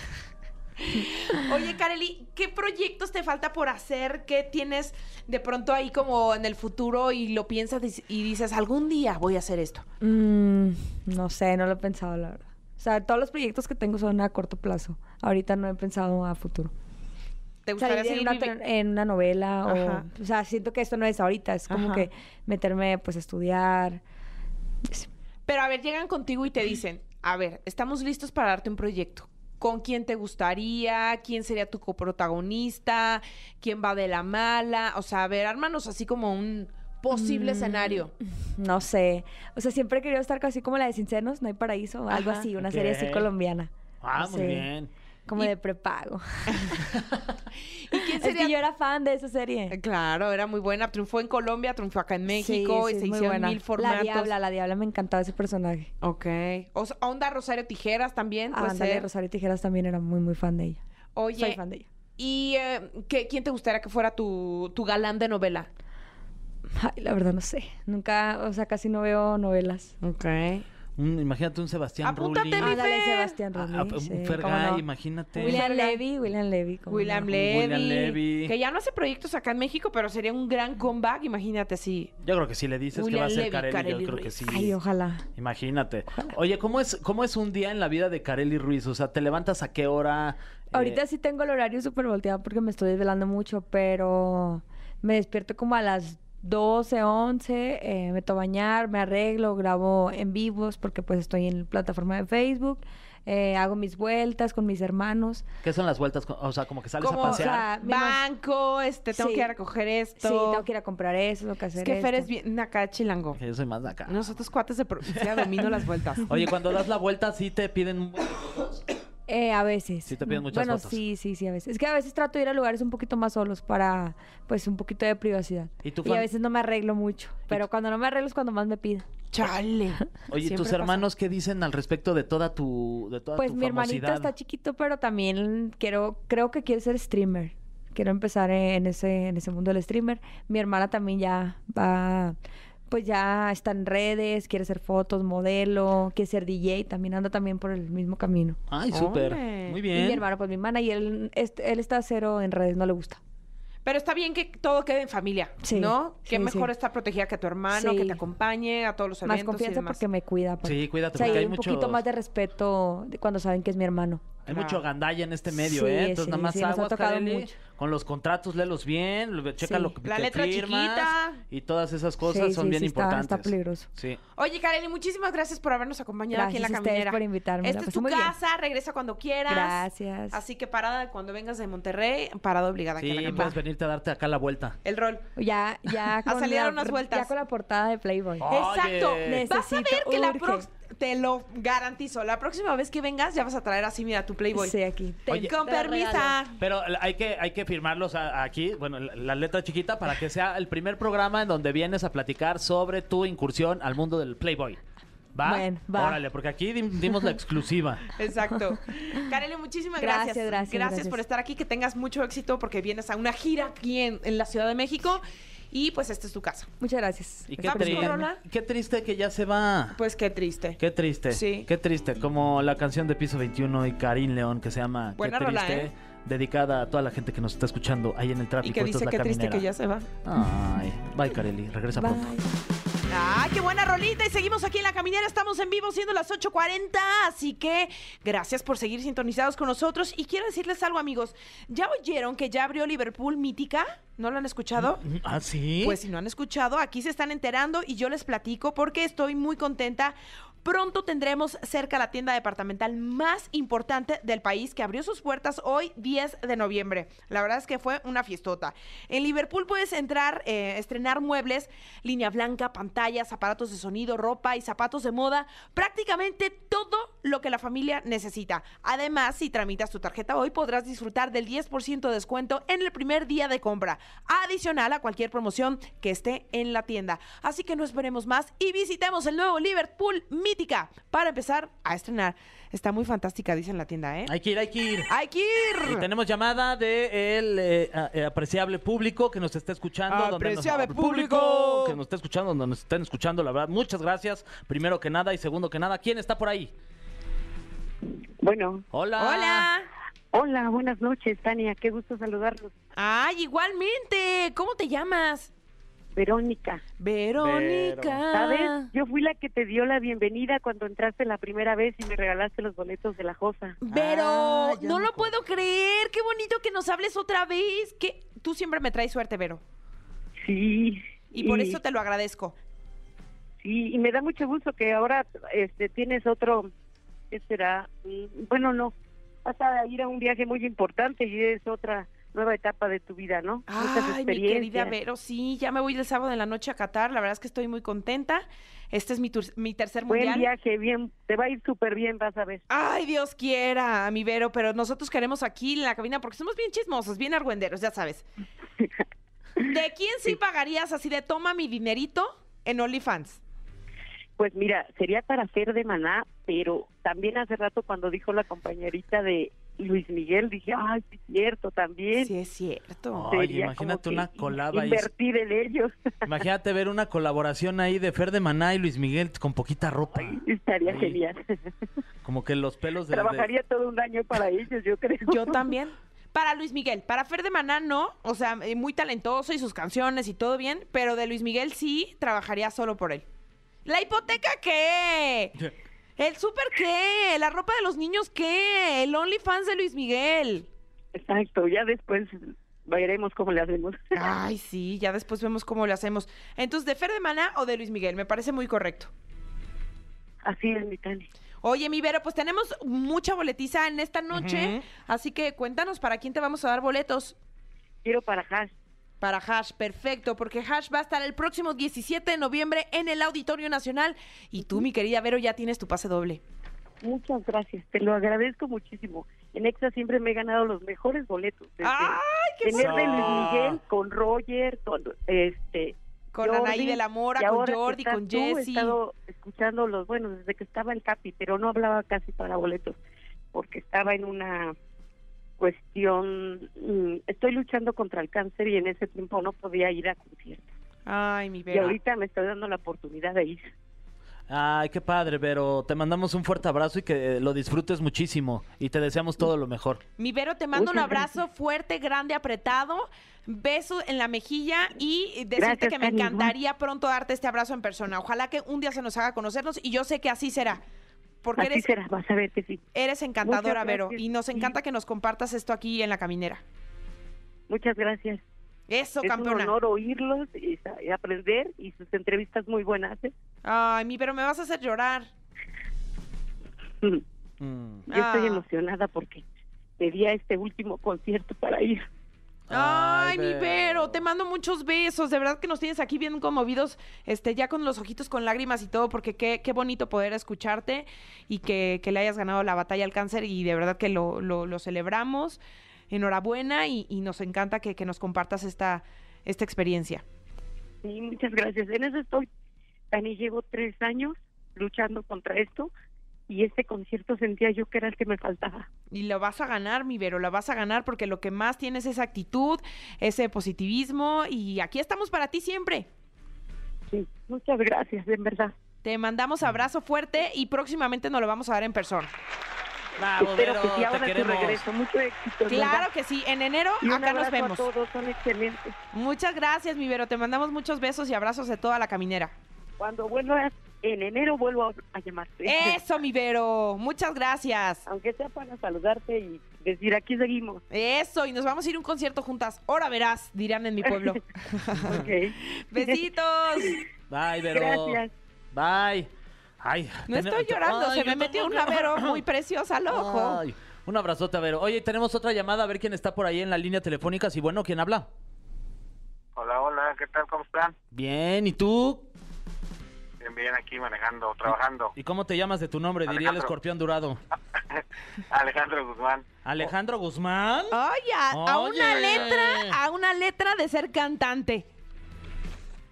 Speaker 3: Oye, Kareli, ¿qué proyectos te falta por hacer? ¿Qué tienes de pronto ahí como en el futuro y lo piensas dis- y dices, algún día voy a hacer esto?
Speaker 2: Mm, no sé, no lo he pensado, la verdad. O sea, todos los proyectos que tengo son a corto plazo. Ahorita no he pensado a futuro.
Speaker 3: ¿Te gustaría
Speaker 2: Salir en
Speaker 3: seguir
Speaker 2: una,
Speaker 3: vivi-
Speaker 2: tele- en una novela
Speaker 3: Ajá.
Speaker 2: o... O sea, siento que esto no es ahorita. Es como
Speaker 3: Ajá.
Speaker 2: que meterme, pues, a estudiar.
Speaker 3: Pero a ver, llegan contigo y te dicen, a ver, estamos listos para darte un proyecto. ¿Con quién te gustaría? ¿Quién sería tu coprotagonista? ¿Quién va de la mala? O sea, a ver, ármanos así como un
Speaker 2: Mm. (laughs)
Speaker 3: posible escenario.
Speaker 2: No sé. O sea, siempre he querido estar casi como la de Sinceros, No hay Paraíso, o algo
Speaker 3: Ajá.
Speaker 2: así. Una serie así
Speaker 4: Ok.
Speaker 2: colombiana.
Speaker 4: Ah,
Speaker 2: No
Speaker 4: muy
Speaker 2: sé,
Speaker 4: bien.
Speaker 2: Como
Speaker 3: Y-
Speaker 2: de prepago.
Speaker 3: (laughs) ¿Y quién
Speaker 2: Es que
Speaker 3: sería
Speaker 2: yo era fan de esa
Speaker 3: Eh,
Speaker 2: serie.
Speaker 3: Claro, era muy buena. Triunfó en Colombia, triunfó acá en México
Speaker 2: Sí, sí,
Speaker 3: y se
Speaker 2: muy
Speaker 3: hicieron
Speaker 2: buena.
Speaker 3: mil formatos.
Speaker 2: La Diabla, la Diabla me encantaba ese personaje. Ah,
Speaker 3: Ok. O sea, onda Rosario Tijeras también. puede
Speaker 2: Ándale,
Speaker 3: ser.
Speaker 2: Rosario Tijeras también era muy, muy fan de ella. Soy
Speaker 3: pues, eh. Oye,
Speaker 2: fan de ella.
Speaker 3: ¿y eh, qué- quién te gustaría que fuera tu, tu galán de novela?
Speaker 2: Ay, la verdad no sé. Nunca, o sea, casi no veo novelas.
Speaker 3: Ok.
Speaker 4: Un- imagínate un Sebastián
Speaker 3: Apúntate,
Speaker 4: Rulli.
Speaker 3: mi
Speaker 2: Ándale,
Speaker 3: Fer.
Speaker 2: Sebastián
Speaker 4: Ah,
Speaker 2: Rulli.
Speaker 4: ah, un
Speaker 2: sí,
Speaker 4: Fergay,
Speaker 2: cómo no.
Speaker 4: imagínate.
Speaker 2: William
Speaker 3: Fergay.
Speaker 2: Levy, William Levy. cómo
Speaker 3: William
Speaker 2: no.
Speaker 3: Levy,
Speaker 4: William Levy.
Speaker 3: Que ya no hace proyectos acá en México, pero sería un gran comeback, imagínate así.
Speaker 4: Yo creo que si le dices que
Speaker 3: Julián
Speaker 4: va a ser
Speaker 3: Levy,
Speaker 4: Carelli,
Speaker 3: Kareli
Speaker 4: yo creo que
Speaker 3: Ruiz.
Speaker 4: sí.
Speaker 2: Ay, ojalá.
Speaker 4: Imagínate. Oye, ¿cómo es, ¿cómo es un día en la vida de Carelli Ruiz? O sea, ¿te levantas a qué hora? Eh,
Speaker 2: Ahorita sí tengo el horario súper volteado porque me estoy desvelando mucho, pero me despierto como a las 12, 11, eh, meto a bañar, me arreglo, grabo en vivos porque pues estoy en la plataforma de Facebook, eh, hago mis vueltas con mis hermanos.
Speaker 4: ¿Qué son las vueltas? O sea, como que sales
Speaker 3: Como,
Speaker 4: a
Speaker 3: o
Speaker 4: pasear.
Speaker 2: sea, Ah, me imag-
Speaker 3: Banco, este, tengo
Speaker 2: Sí.
Speaker 3: que ir a recoger
Speaker 2: Sí,
Speaker 3: esto.
Speaker 2: tengo que ir a comprar eso, tengo que hacer
Speaker 3: Es que Fer
Speaker 2: esto.
Speaker 3: es bien acá chilango.
Speaker 4: Que yo soy más de acá.
Speaker 3: Nosotros cuates de provincia domino las vueltas.
Speaker 4: (laughs) Oye, cuando das la vuelta, sí te piden.
Speaker 2: Eh, a veces.
Speaker 4: Sí te piden muchas
Speaker 2: bueno,
Speaker 4: fotos.
Speaker 2: sí, sí, sí, a veces. Es que a veces trato de ir a lugares un poquito más solos para, pues, un poquito de privacidad.
Speaker 4: ¿Y tu
Speaker 2: a
Speaker 4: fam-
Speaker 2: veces no me arreglo mucho, pero cuando no me arreglo es cuando más me piden.
Speaker 3: Chale.
Speaker 4: Oye,
Speaker 3: Siempre
Speaker 4: ¿tus
Speaker 3: pasa.
Speaker 4: hermanos qué dicen al respecto de toda tu. De toda
Speaker 2: Pues
Speaker 4: tu
Speaker 2: mi hermanita
Speaker 4: famosidad?
Speaker 2: está chiquito, pero también quiero, creo que quiere ser streamer. Quiero empezar e-, en ese, en ese mundo del streamer. Mi hermana también ya va, pues ya está en redes, quiere hacer fotos, modelo, quiere ser DJ, también anda también por el mismo camino.
Speaker 4: Ay, súper.
Speaker 3: Hombre.
Speaker 4: Muy
Speaker 2: Y
Speaker 4: bien.
Speaker 2: mi hermano, pues mi hermana, y él, este- él está cero en redes, no le gusta.
Speaker 3: Pero está bien que todo quede en familia,
Speaker 2: Sí,
Speaker 3: ¿no?
Speaker 2: sí,
Speaker 3: que mejor
Speaker 2: sí.
Speaker 3: estar protegida que tu hermano,
Speaker 2: Sí.
Speaker 3: que te acompañe a todos los
Speaker 2: Más
Speaker 3: eventos y
Speaker 2: confianza
Speaker 3: demás.
Speaker 2: porque me cuida. aparte.
Speaker 4: Sí, cuídate,
Speaker 2: O sea, y
Speaker 4: porque hay
Speaker 2: un
Speaker 4: muchos-
Speaker 2: poquito más de respeto de cuando saben que es mi hermano.
Speaker 4: Hay mucho gandalla en este medio,
Speaker 2: Sí,
Speaker 4: ¿eh? Entonces,
Speaker 2: sí,
Speaker 4: nada más
Speaker 2: sí, nos ha
Speaker 4: aguas,
Speaker 2: tocado
Speaker 4: Kareli,
Speaker 2: mucho.
Speaker 4: con los contratos, léelos bien, lo- checa
Speaker 2: Sí.
Speaker 4: lo que
Speaker 3: La
Speaker 4: que
Speaker 3: letra
Speaker 4: firmas
Speaker 3: chiquita.
Speaker 4: Y todas esas cosas
Speaker 2: Sí,
Speaker 4: son
Speaker 2: sí,
Speaker 4: bien
Speaker 2: sí, está-
Speaker 4: importantes.
Speaker 2: está peligroso.
Speaker 4: Sí.
Speaker 3: Oye, Kareli, muchísimas gracias por habernos acompañado aquí en la
Speaker 2: Gracias a ustedes
Speaker 3: caminera.
Speaker 2: por invitarme, la
Speaker 3: Esta es
Speaker 2: pasé
Speaker 3: tu
Speaker 2: muy bien.
Speaker 3: casa, regresa cuando quieras.
Speaker 2: Gracias.
Speaker 3: Así que parada cuando vengas de Monterrey, parada obligada aquí a la
Speaker 4: Sí,
Speaker 3: caminera.
Speaker 4: puedes venirte a darte acá la vuelta.
Speaker 3: El rol.
Speaker 2: Ya,
Speaker 3: (laughs)
Speaker 2: ya con,
Speaker 3: salir a
Speaker 2: la,
Speaker 3: unas vueltas. Oh,
Speaker 2: ya con la portada de Playboy.
Speaker 4: Oye.
Speaker 3: Exacto. Vas a
Speaker 2: Necesito,
Speaker 3: ver que la
Speaker 2: urge.
Speaker 3: próxima. Te lo garantizo. La próxima vez que vengas, ya vas a traer así, mira, tu Playboy.
Speaker 2: Sí, aquí.
Speaker 4: Oye.
Speaker 3: Con
Speaker 2: te lo
Speaker 3: permisa.
Speaker 4: Pero l- hay que, hay que firmarlos a- aquí, bueno, la, la letra chiquita, para que sea el primer programa en donde vienes a platicar sobre tu incursión al mundo del Playboy. ¿Va?
Speaker 2: Bueno, va.
Speaker 4: Órale, porque aquí dim- dimos
Speaker 3: (laughs)
Speaker 4: la exclusiva.
Speaker 3: Exacto.
Speaker 2: (laughs)
Speaker 3: Kareli, muchísimas gracias.
Speaker 2: Gracias, gracias, gracias.
Speaker 3: por estar aquí, que tengas mucho éxito porque vienes a una gira aquí en, en la Ciudad de México y pues esta es tu casa.
Speaker 2: Muchas gracias.
Speaker 4: Y qué,
Speaker 2: Gracias por
Speaker 4: tri-
Speaker 2: invitarme.
Speaker 3: Corona.
Speaker 4: qué triste que ya se va.
Speaker 3: Pues qué triste.
Speaker 4: Qué triste.
Speaker 3: Sí.
Speaker 4: Qué triste. Como la canción de Piso 21 y Karim León que se llama
Speaker 3: Buena
Speaker 4: Qué
Speaker 3: rola,
Speaker 4: triste.
Speaker 3: ¿eh?
Speaker 4: Dedicada a toda la gente que nos está escuchando ahí en el tráfico.
Speaker 3: Y que
Speaker 4: Esto es
Speaker 3: dice
Speaker 4: la
Speaker 3: que triste que ya
Speaker 4: caminera.
Speaker 3: se va.
Speaker 4: Ay, bye Kareli, regresa pronto.
Speaker 2: Bye.
Speaker 3: ¡Ah, qué buena rolita! Y seguimos aquí en La Caminera, estamos en vivo siendo las 8.40, así que gracias por seguir sintonizados con nosotros. Y quiero decirles algo, amigos. ¿Ya oyeron que ya abrió Liverpool Mítica? ¿No lo han escuchado?
Speaker 4: ¿Ah, sí?
Speaker 3: Pues si no han escuchado, aquí se están enterando y yo les platico porque estoy muy contenta. Pronto tendremos cerca la tienda departamental más importante del país que abrió sus puertas hoy 10 de noviembre. La verdad es que fue una fiestota. En Liverpool puedes entrar, eh, estrenar muebles, línea blanca, pantallas, aparatos de sonido, ropa y zapatos de moda, prácticamente todo lo que la familia necesita. Además, si tramitas tu tarjeta hoy podrás disfrutar del 10% de descuento en el primer día de compra, adicional a cualquier promoción que esté en la tienda. Así que no esperemos más y visitemos el nuevo Liverpool Mítica para empezar a estrenar. Está muy fantástica, dice en la tienda, ¿eh?
Speaker 4: Hay que ir, hay que ir.
Speaker 3: ¡Hay que
Speaker 4: Y
Speaker 3: ir!
Speaker 4: tenemos llamada de el eh, a- eh, apreciable público que nos está escuchando. donde nos-
Speaker 3: Apreciable
Speaker 4: al
Speaker 3: público.
Speaker 4: Que nos está escuchando, donde nos están escuchando, la verdad. Muchas gracias, primero que nada. Y segundo que nada, ¿quién está por ahí?
Speaker 7: Bueno,
Speaker 4: Hola.
Speaker 3: ¡Hola!
Speaker 5: Hola, buenas noches, Tania. Qué gusto saludarlos.
Speaker 3: Ay, igualmente. ¿Cómo te llamas?
Speaker 5: Verónica,
Speaker 3: Verónica.
Speaker 5: ¿sabes? Yo fui la que te dio la bienvenida cuando entraste la primera vez y me regalaste los boletos de la Josa.
Speaker 3: Pero
Speaker 4: Ah, ya
Speaker 3: no
Speaker 4: me
Speaker 3: lo
Speaker 4: acordé.
Speaker 3: puedo creer. Qué bonito que nos hables otra vez. Que tú siempre me traes suerte, Vero.
Speaker 5: Sí.
Speaker 3: Y por eso te lo agradezco.
Speaker 5: Sí, y me da mucho gusto que ahora este tienes otro, ¿qué será? Mm, Bueno, no, vas a ir a un viaje muy importante y es otra nueva etapa de tu vida, ¿no? Muchas
Speaker 3: Ay, mi querida
Speaker 5: experiencias.
Speaker 3: Vero, sí, ya me voy el sábado en la noche a Qatar. La verdad es que estoy muy contenta. Este es mi, tur- mi tercer
Speaker 5: Buen
Speaker 3: mundial.
Speaker 5: viaje, bien, te va a ir súper bien, vas a ver.
Speaker 3: Ay, Dios quiera, mi Vero, pero nosotros queremos aquí en la cabina porque somos bien chismosos, bien argüenderos, ya sabes. ¿De quién sí pagarías así de toma mi dinerito en OnlyFans?
Speaker 5: Pues mira, sería para hacer de maná, pero también hace rato cuando dijo la compañerita de Luis Miguel, dije, ay, sí, es cierto, también.
Speaker 3: Sí, es cierto.
Speaker 4: Ay,
Speaker 5: Sería
Speaker 4: imagínate
Speaker 5: como
Speaker 4: una
Speaker 5: que
Speaker 4: colaba ahí.
Speaker 5: Invertir en ellos, (laughs)
Speaker 4: Imagínate ver una colaboración ahí de Fer de Maná y Luis Miguel con poquita ropa.
Speaker 5: estaría
Speaker 4: Oye,
Speaker 5: genial.
Speaker 4: Como que los pelos de... de-
Speaker 5: Trabajaría todo un año para ellos, yo creo.
Speaker 3: Yo también. Para Luis Miguel, para Fer de Maná no, o sea, eh, muy talentoso y sus canciones y todo bien, pero de Luis Miguel sí trabajaría solo por él. ¿La hipoteca qué? ¿El súper qué? ¿La ropa de los niños qué? ¿El OnlyFans de Luis Miguel?
Speaker 5: (laughs) Exacto, ya después veremos cómo le hacemos.
Speaker 3: Ay, sí, ya después vemos cómo lo hacemos. Entonces, ¿de Fer de Maná o de Luis Miguel? Me parece muy correcto.
Speaker 5: Así es, mi Tania.
Speaker 3: Oye, mi Vero, pues tenemos mucha boletiza en esta noche,
Speaker 4: Ujú.
Speaker 3: así que cuéntanos para quién te vamos a dar boletos.
Speaker 5: Quiero para Hash.
Speaker 3: Para Hash, perfecto, porque Hash va a estar el próximo 17 de noviembre en el Auditorio Nacional. Y tú, mi querida Vero, ya tienes tu pase doble.
Speaker 5: Muchas gracias, te lo agradezco muchísimo. En Exa siempre me he ganado los mejores boletos. desde
Speaker 3: ¡Ay, qué
Speaker 5: tener de
Speaker 3: bueno!
Speaker 5: Luis Miguel con Roger, con este
Speaker 3: Con
Speaker 5: Jordi,
Speaker 3: Anaí de la
Speaker 5: y
Speaker 3: Mora, con
Speaker 5: ahora que
Speaker 3: Jordi,
Speaker 5: estás
Speaker 3: con
Speaker 5: tú, He
Speaker 3: Jesse.
Speaker 5: estado escuchando los, bueno, desde que estaba el Capi, pero no hablaba casi para boletos, porque estaba en una cuestión, mm, estoy luchando contra el cáncer y en ese tiempo no podía ir a conciertos.
Speaker 3: Ay, mi
Speaker 5: Y
Speaker 3: Vero.
Speaker 5: ahorita me estoy dando la oportunidad de ir.
Speaker 4: Ay, qué padre, Vero. Te mandamos un fuerte abrazo y que eh, lo disfrutes muchísimo. Y te deseamos todo lo mejor.
Speaker 3: Mi Vero, te mando un
Speaker 5: Muchas
Speaker 3: abrazo fuerte, grande, apretado, beso en la mejilla y decirte
Speaker 5: Gracias,
Speaker 3: que me
Speaker 5: Tania,
Speaker 3: encantaría pronto darte este abrazo en persona. Ojalá que un día se nos haga conocernos y yo sé que así será, porque
Speaker 5: Así
Speaker 3: eres,
Speaker 5: será, vas a ver que sí.
Speaker 3: eres encantadora,
Speaker 5: Muchas
Speaker 3: Vero,
Speaker 5: gracias.
Speaker 3: y nos
Speaker 5: Sí.
Speaker 3: encanta que nos compartas esto aquí en la caminera.
Speaker 5: Muchas gracias.
Speaker 3: Eso,
Speaker 5: es un
Speaker 3: campeona.
Speaker 5: honor oírlos y, sa- y aprender y sus entrevistas muy buenas. ¿eh?
Speaker 3: Ay, mi Vero, me vas a hacer llorar.
Speaker 5: Mm.
Speaker 4: Mm.
Speaker 5: Yo estoy
Speaker 3: Ah.
Speaker 5: emocionada porque sería este último concierto para ir.
Speaker 3: Ay,
Speaker 4: Ay,
Speaker 3: mi Vero,
Speaker 4: Vero.
Speaker 3: te mando muchos besos. De verdad que nos tienes aquí bien conmovidos, este, ya con los ojitos con lágrimas y todo, porque qué, qué bonito poder escucharte y que, que le hayas ganado la batalla al cáncer y de verdad que lo, lo- lo celebramos. Enhorabuena y, y nos encanta que, que nos compartas esta, esta experiencia.
Speaker 5: Sí, muchas gracias. En eso estoy. Dani, llevo tres años luchando contra esto y este concierto sentía yo que era el que me faltaba.
Speaker 3: Y lo vas a ganar, mi Vero, la vas a ganar porque lo que más tienes es actitud, ese positivismo y aquí estamos para ti siempre.
Speaker 5: Sí, muchas gracias, en verdad.
Speaker 3: Te mandamos abrazo fuerte y próximamente nos lo vamos a dar en persona.
Speaker 4: Bravo,
Speaker 5: Espero
Speaker 4: Vero.
Speaker 5: que sí, ahora
Speaker 4: Ah, te
Speaker 5: tu
Speaker 4: queremos.
Speaker 5: regreso. Mucho éxito. en
Speaker 3: Claro
Speaker 5: verdad.
Speaker 3: que sí, en enero
Speaker 5: Pues Y un
Speaker 3: acá nos
Speaker 5: abrazo a
Speaker 3: vemos.
Speaker 5: todos, son excelentes.
Speaker 3: Muchas gracias, mi Vero. Te mandamos muchos besos y abrazos de toda la caminera.
Speaker 5: Cuando vuelvas, en enero vuelvo a, a llamarte.
Speaker 3: Eso, mi Vero. Muchas gracias.
Speaker 5: (laughs) Aunque sea para saludarte y decir,
Speaker 3: (laughs)
Speaker 5: aquí seguimos.
Speaker 3: Eso, y nos vamos a ir a un concierto juntas. Ahora verás, dirán en mi
Speaker 5: (laughs)
Speaker 3: pueblo.
Speaker 5: Ok.
Speaker 3: Besitos.
Speaker 4: Bye, Vero.
Speaker 5: Gracias.
Speaker 4: Bye. Ay,
Speaker 3: No
Speaker 4: ten-
Speaker 3: estoy llorando,
Speaker 4: Ay,
Speaker 3: se
Speaker 4: yo
Speaker 3: me metió
Speaker 4: tampoco.
Speaker 3: una
Speaker 4: (clears throat)
Speaker 3: Vero muy preciosa al ojo.
Speaker 4: Ay, un abrazote, Vero. Oye, tenemos otra llamada a ver quién está por ahí en la línea telefónica. Si bueno, ¿quién habla?
Speaker 8: Hola, hola, ¿qué tal? ¿Cómo están?
Speaker 4: Bien, ¿y tú?
Speaker 8: Bien, bien, aquí manejando, trabajando.
Speaker 4: ¿Y cómo te llamas de tu nombre? Diría el
Speaker 8: Alejandro.
Speaker 4: escorpión dorado.
Speaker 8: Alejandro Guzmán.
Speaker 4: Alejandro Guzmán.
Speaker 3: Oye, a, a una
Speaker 4: Oye.
Speaker 3: letra, a una letra de ser cantante.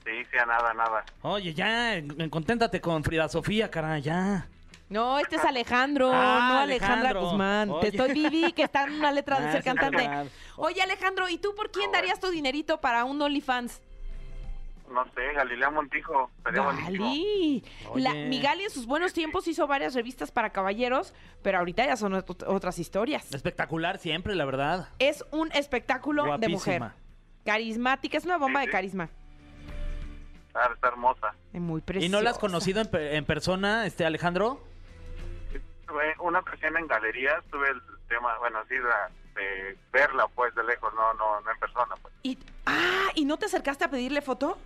Speaker 8: Sí, sea nada, nada.
Speaker 4: Oye, ya, en- conténtate con Frida Sofía, caray, ya.
Speaker 3: No, este es Alejandro,
Speaker 4: Ah,
Speaker 3: no Alejandra
Speaker 4: Alejandro.
Speaker 3: Guzmán.
Speaker 4: Oye.
Speaker 3: Te estoy vivi que está en una letra de
Speaker 4: Ah,
Speaker 3: ser
Speaker 4: sí, es
Speaker 3: cantante.
Speaker 4: verdad.
Speaker 3: Oye, Alejandro, ¿y tú por quién
Speaker 8: Ah, bueno.
Speaker 3: darías tu dinerito para un OnlyFans?
Speaker 8: No sé, Galilea Montijo. Estaría bonito.
Speaker 3: Gali. La,
Speaker 4: Oye.
Speaker 3: mi Gali en sus buenos tiempos hizo varias revistas para caballeros, pero ahorita ya son ot- otras historias.
Speaker 4: Espectacular siempre, la verdad.
Speaker 3: Es un espectáculo de mujer.
Speaker 4: Guapísima.
Speaker 3: Carismática, es una bomba
Speaker 8: Sí,
Speaker 3: de
Speaker 8: sí.
Speaker 3: carisma.
Speaker 8: Está, Ah, está hermosa.
Speaker 3: Es muy preciosa.
Speaker 4: ¿Y no la has conocido en, pe- en persona, este Alejandro?
Speaker 8: Tuve una ocasión en galerías, tuve el tema, bueno, sí, la- de verla, pues, de lejos, no, no, no en persona, pues.
Speaker 3: Y- ah, ¿y no te acercaste a pedirle foto?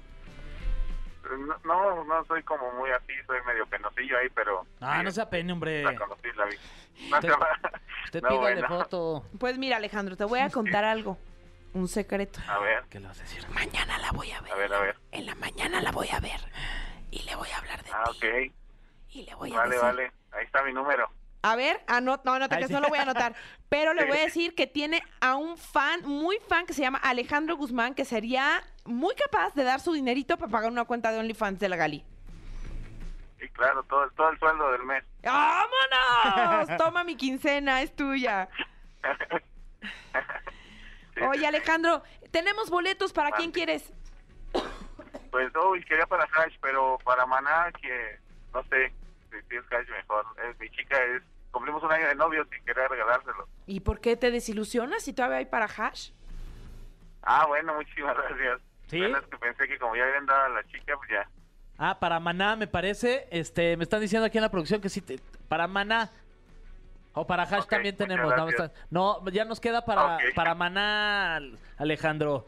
Speaker 8: No, no, no soy como muy así, soy medio penosillo ahí, pero...
Speaker 4: Ah,
Speaker 8: sí,
Speaker 4: no se apene, hombre.
Speaker 8: La conocí, la vi. No,
Speaker 4: Te-
Speaker 8: se va.
Speaker 4: Usted
Speaker 8: No,
Speaker 4: pídale
Speaker 8: bueno.
Speaker 4: foto.
Speaker 3: Pues mira, Alejandro, te voy
Speaker 4: (laughs)
Speaker 3: a contar algo. Un secreto.
Speaker 8: (laughs) A ver,
Speaker 4: ¿Qué le vas a decir?
Speaker 3: Mañana la voy a ver.
Speaker 8: a ver, a ver.
Speaker 3: En la mañana la voy a ver. Y le voy a hablar de
Speaker 8: Ah,
Speaker 3: ti.
Speaker 8: ok.
Speaker 3: Y le voy a
Speaker 8: Vale,
Speaker 3: decir.
Speaker 8: vale. Ahí está mi número.
Speaker 3: A ver, anot, no, no te
Speaker 4: Ay,
Speaker 3: creas,
Speaker 4: sí.
Speaker 3: no lo voy a anotar. Pero le voy
Speaker 8: (laughs)
Speaker 3: a decir que tiene a un fan, muy fan, que se llama Alejandro Guzmán, que sería muy capaz de dar su dinerito para pagar una cuenta de OnlyFans de la Gali.
Speaker 8: Sí, claro, todo, todo el sueldo del mes. (laughs)
Speaker 3: ¡Vámonos! Toma mi quincena, es tuya.
Speaker 8: Sí,
Speaker 3: Oye, Alejandro, tenemos boletos para quién
Speaker 8: Mande.
Speaker 3: quieres.
Speaker 8: Pues, uy, quería para Hash, pero para Maná, que no sé si si es Hash mejor. Es, mi chica es. Cumplimos un año de novios y quería regalárselo.
Speaker 3: ¿Y por qué te desilusionas si todavía hay para hash?
Speaker 8: Ah, bueno, (laughs) muchísimas gracias.
Speaker 4: ¿Sí?
Speaker 8: Bueno, es que pensé que como ya habían dado a la chica, pues ya.
Speaker 4: Ah, para Maná, me parece. Este, me están diciendo aquí en la producción que sí. te- para Maná. O para Hash
Speaker 8: Ok,
Speaker 4: también
Speaker 8: muchas
Speaker 4: tenemos. No,
Speaker 8: gracias.
Speaker 4: Está- no, ya nos queda para,
Speaker 8: Ok.
Speaker 4: para Maná, Alejandro.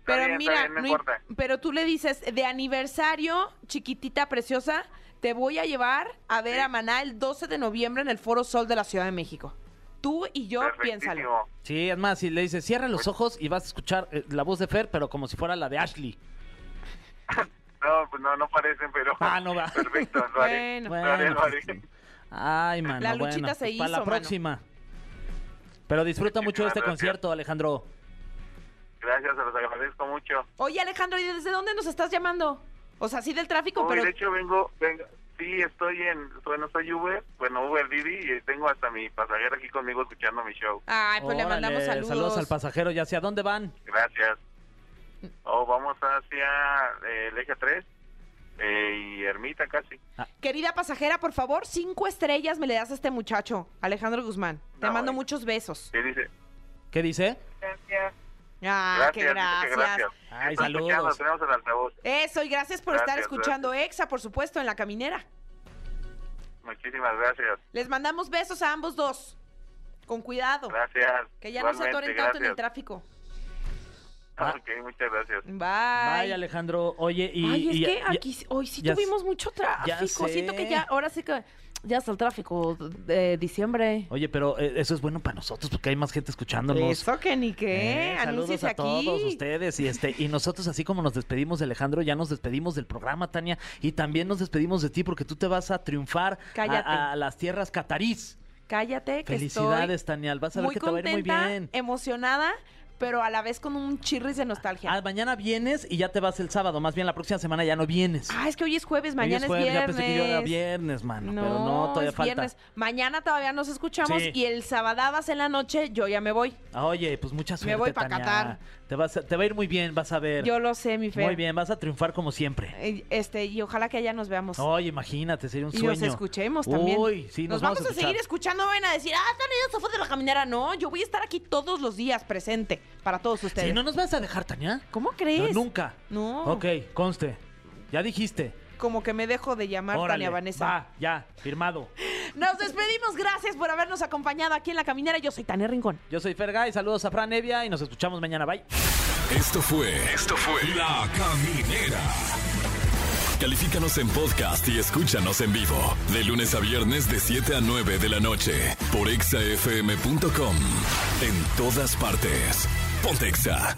Speaker 8: Está
Speaker 3: Pero
Speaker 8: bien, está
Speaker 3: mira,
Speaker 8: bien, no
Speaker 3: no
Speaker 8: importa.
Speaker 3: im- pero tú le dices, de aniversario, chiquitita preciosa, te voy a llevar a ver a Maná el 12 de noviembre en el Foro Sol de la Ciudad de México. Tú y yo, piénsalo.
Speaker 8: Perfectísimo.
Speaker 4: Sí, es más, si le dices, cierra los ojos y vas a escuchar eh, la voz de Fer, pero como si fuera la de Ashley.
Speaker 8: No, pues no, no parecen, pero.
Speaker 4: Ah, no va.
Speaker 8: (laughs) Perfecto, lo haré.
Speaker 3: Bueno.
Speaker 8: Lo haré, lo haré.
Speaker 4: pues, sí. Ay, mano.
Speaker 3: La luchita
Speaker 4: bueno,
Speaker 3: se
Speaker 4: pues, Para la
Speaker 3: hizo, mano.
Speaker 4: próxima. Pero disfruta mucho de este
Speaker 8: Muchísimas gracias.
Speaker 4: concierto, Alejandro.
Speaker 8: Gracias, se los agradezco mucho.
Speaker 3: Oye, Alejandro, ¿y desde dónde nos estás llamando? O sea, sí del tráfico,
Speaker 8: Uy,
Speaker 3: pero...
Speaker 8: de hecho vengo, vengo, sí estoy en, bueno soy Uber, bueno Uber Didi y tengo hasta mi pasajero aquí conmigo escuchando mi show.
Speaker 3: Ay, pues le
Speaker 4: Órale,
Speaker 3: mandamos saludos.
Speaker 4: al pasajero. ¿Y hacia dónde van?
Speaker 8: Gracias. O vamos hacia eh, el eje 3 eh, y Ermita casi.
Speaker 3: Querida pasajera, por favor, cinco estrellas me le das a este muchacho, Alejandro Guzmán. Te
Speaker 8: No,
Speaker 3: mando
Speaker 8: eh.
Speaker 3: muchos besos.
Speaker 8: ¿Qué dice?
Speaker 4: ¿Qué dice?
Speaker 8: Gracias.
Speaker 3: Ah,
Speaker 8: Gracias,
Speaker 3: qué
Speaker 8: dice que gracias.
Speaker 4: Ay,
Speaker 8: Estoy
Speaker 4: saludos.
Speaker 8: escuchando, Tenemos el altavoz.
Speaker 3: Eso, y gracias por estar
Speaker 8: Gracias,
Speaker 3: escuchando EXA, por supuesto, en la caminera.
Speaker 8: Muchísimas gracias.
Speaker 3: Les mandamos besos a ambos dos. Con cuidado.
Speaker 8: Gracias.
Speaker 3: Oh, Que ya no se
Speaker 8: Igualmente,
Speaker 3: atoren tanto en el
Speaker 8: gracias.
Speaker 3: tráfico.
Speaker 8: Ok, muchas gracias.
Speaker 3: Bye.
Speaker 4: Ay, Alejandro. Oye, y.
Speaker 3: Ay, es
Speaker 4: y-
Speaker 3: que
Speaker 4: y-
Speaker 3: aquí sí- hoy sí
Speaker 4: ya
Speaker 3: tuvimos mucho
Speaker 4: ya
Speaker 3: tráfico.
Speaker 4: sé.
Speaker 3: Siento que ya, ahora sí que ya está el tráfico de diciembre.
Speaker 4: Oye, pero eh, eso es bueno para nosotros porque hay más gente escuchándonos.
Speaker 3: Eso que ni qué.
Speaker 4: Eh, saludos
Speaker 3: Anúnciese
Speaker 4: a
Speaker 3: aquí.
Speaker 4: todos ustedes y este y nosotros así como nos despedimos de Alejandro ya nos despedimos del programa Tania y también nos despedimos de ti porque tú te vas a triunfar a-
Speaker 3: Cállate.
Speaker 4: A, las tierras catarís.
Speaker 3: Cállate, que
Speaker 4: Felicidades
Speaker 3: estoy
Speaker 4: Tania, vas a ver
Speaker 3: muy
Speaker 4: que te va a ir
Speaker 3: contenta,
Speaker 4: muy bien.
Speaker 3: emocionada, pero a la vez con un chirris de nostalgia.
Speaker 4: Ah, mañana vienes y ya te vas el sábado, más bien la próxima semana ya no vienes.
Speaker 3: Ah, es que hoy es jueves,
Speaker 4: pues. Hoy
Speaker 3: mañana es,
Speaker 4: jueves,
Speaker 3: viernes.
Speaker 4: Ya pensé que yo era viernes, mano, pero no, todavía
Speaker 3: es
Speaker 4: falta.
Speaker 3: viernes. Mañana todavía nos escuchamos
Speaker 4: Sí.
Speaker 3: y el sabadabas en la noche yo ya me voy.
Speaker 4: Ah, Oye, pues mucha suerte,
Speaker 3: voy pa'
Speaker 4: Tania.
Speaker 3: Qatar.
Speaker 4: Te, vas a- te va a ir muy bien, vas a ver.
Speaker 3: Yo lo sé, mi fe.
Speaker 4: Muy bien, vas a triunfar como siempre.
Speaker 3: Este, y ojalá que allá nos veamos.
Speaker 4: Oye, imagínate, sería un
Speaker 3: y
Speaker 4: sueño.
Speaker 3: nos escuchemos también.
Speaker 4: Uy, sí, nos,
Speaker 3: vamos, a,
Speaker 4: escuchar.
Speaker 3: seguir escuchando, no van a decir, ah, Tania se fue de la caminera. No, yo voy a estar aquí todos los días presente para todos ustedes.
Speaker 4: Sí, no nos vas a dejar, Tania.
Speaker 3: ¿Cómo
Speaker 4: No,
Speaker 3: crees?
Speaker 4: nunca.
Speaker 3: No.
Speaker 4: Ok, conste. Ya dijiste.
Speaker 3: Como que me dejo de llamar
Speaker 4: Órale,
Speaker 3: Tania Vanessa.
Speaker 4: Va, ya, firmado.
Speaker 3: Nos despedimos, gracias por habernos acompañado aquí en la caminera. Yo soy Tania Rincón.
Speaker 4: Yo soy Fergay, saludos a Fran Evia y nos escuchamos mañana. Bye.
Speaker 1: Esto fue. Esto fue. La Caminera. Califícanos en podcast y escúchanos en vivo. De lunes a viernes, de 7 a 9 de la noche. Por exafm.com. En todas partes. Pontexa.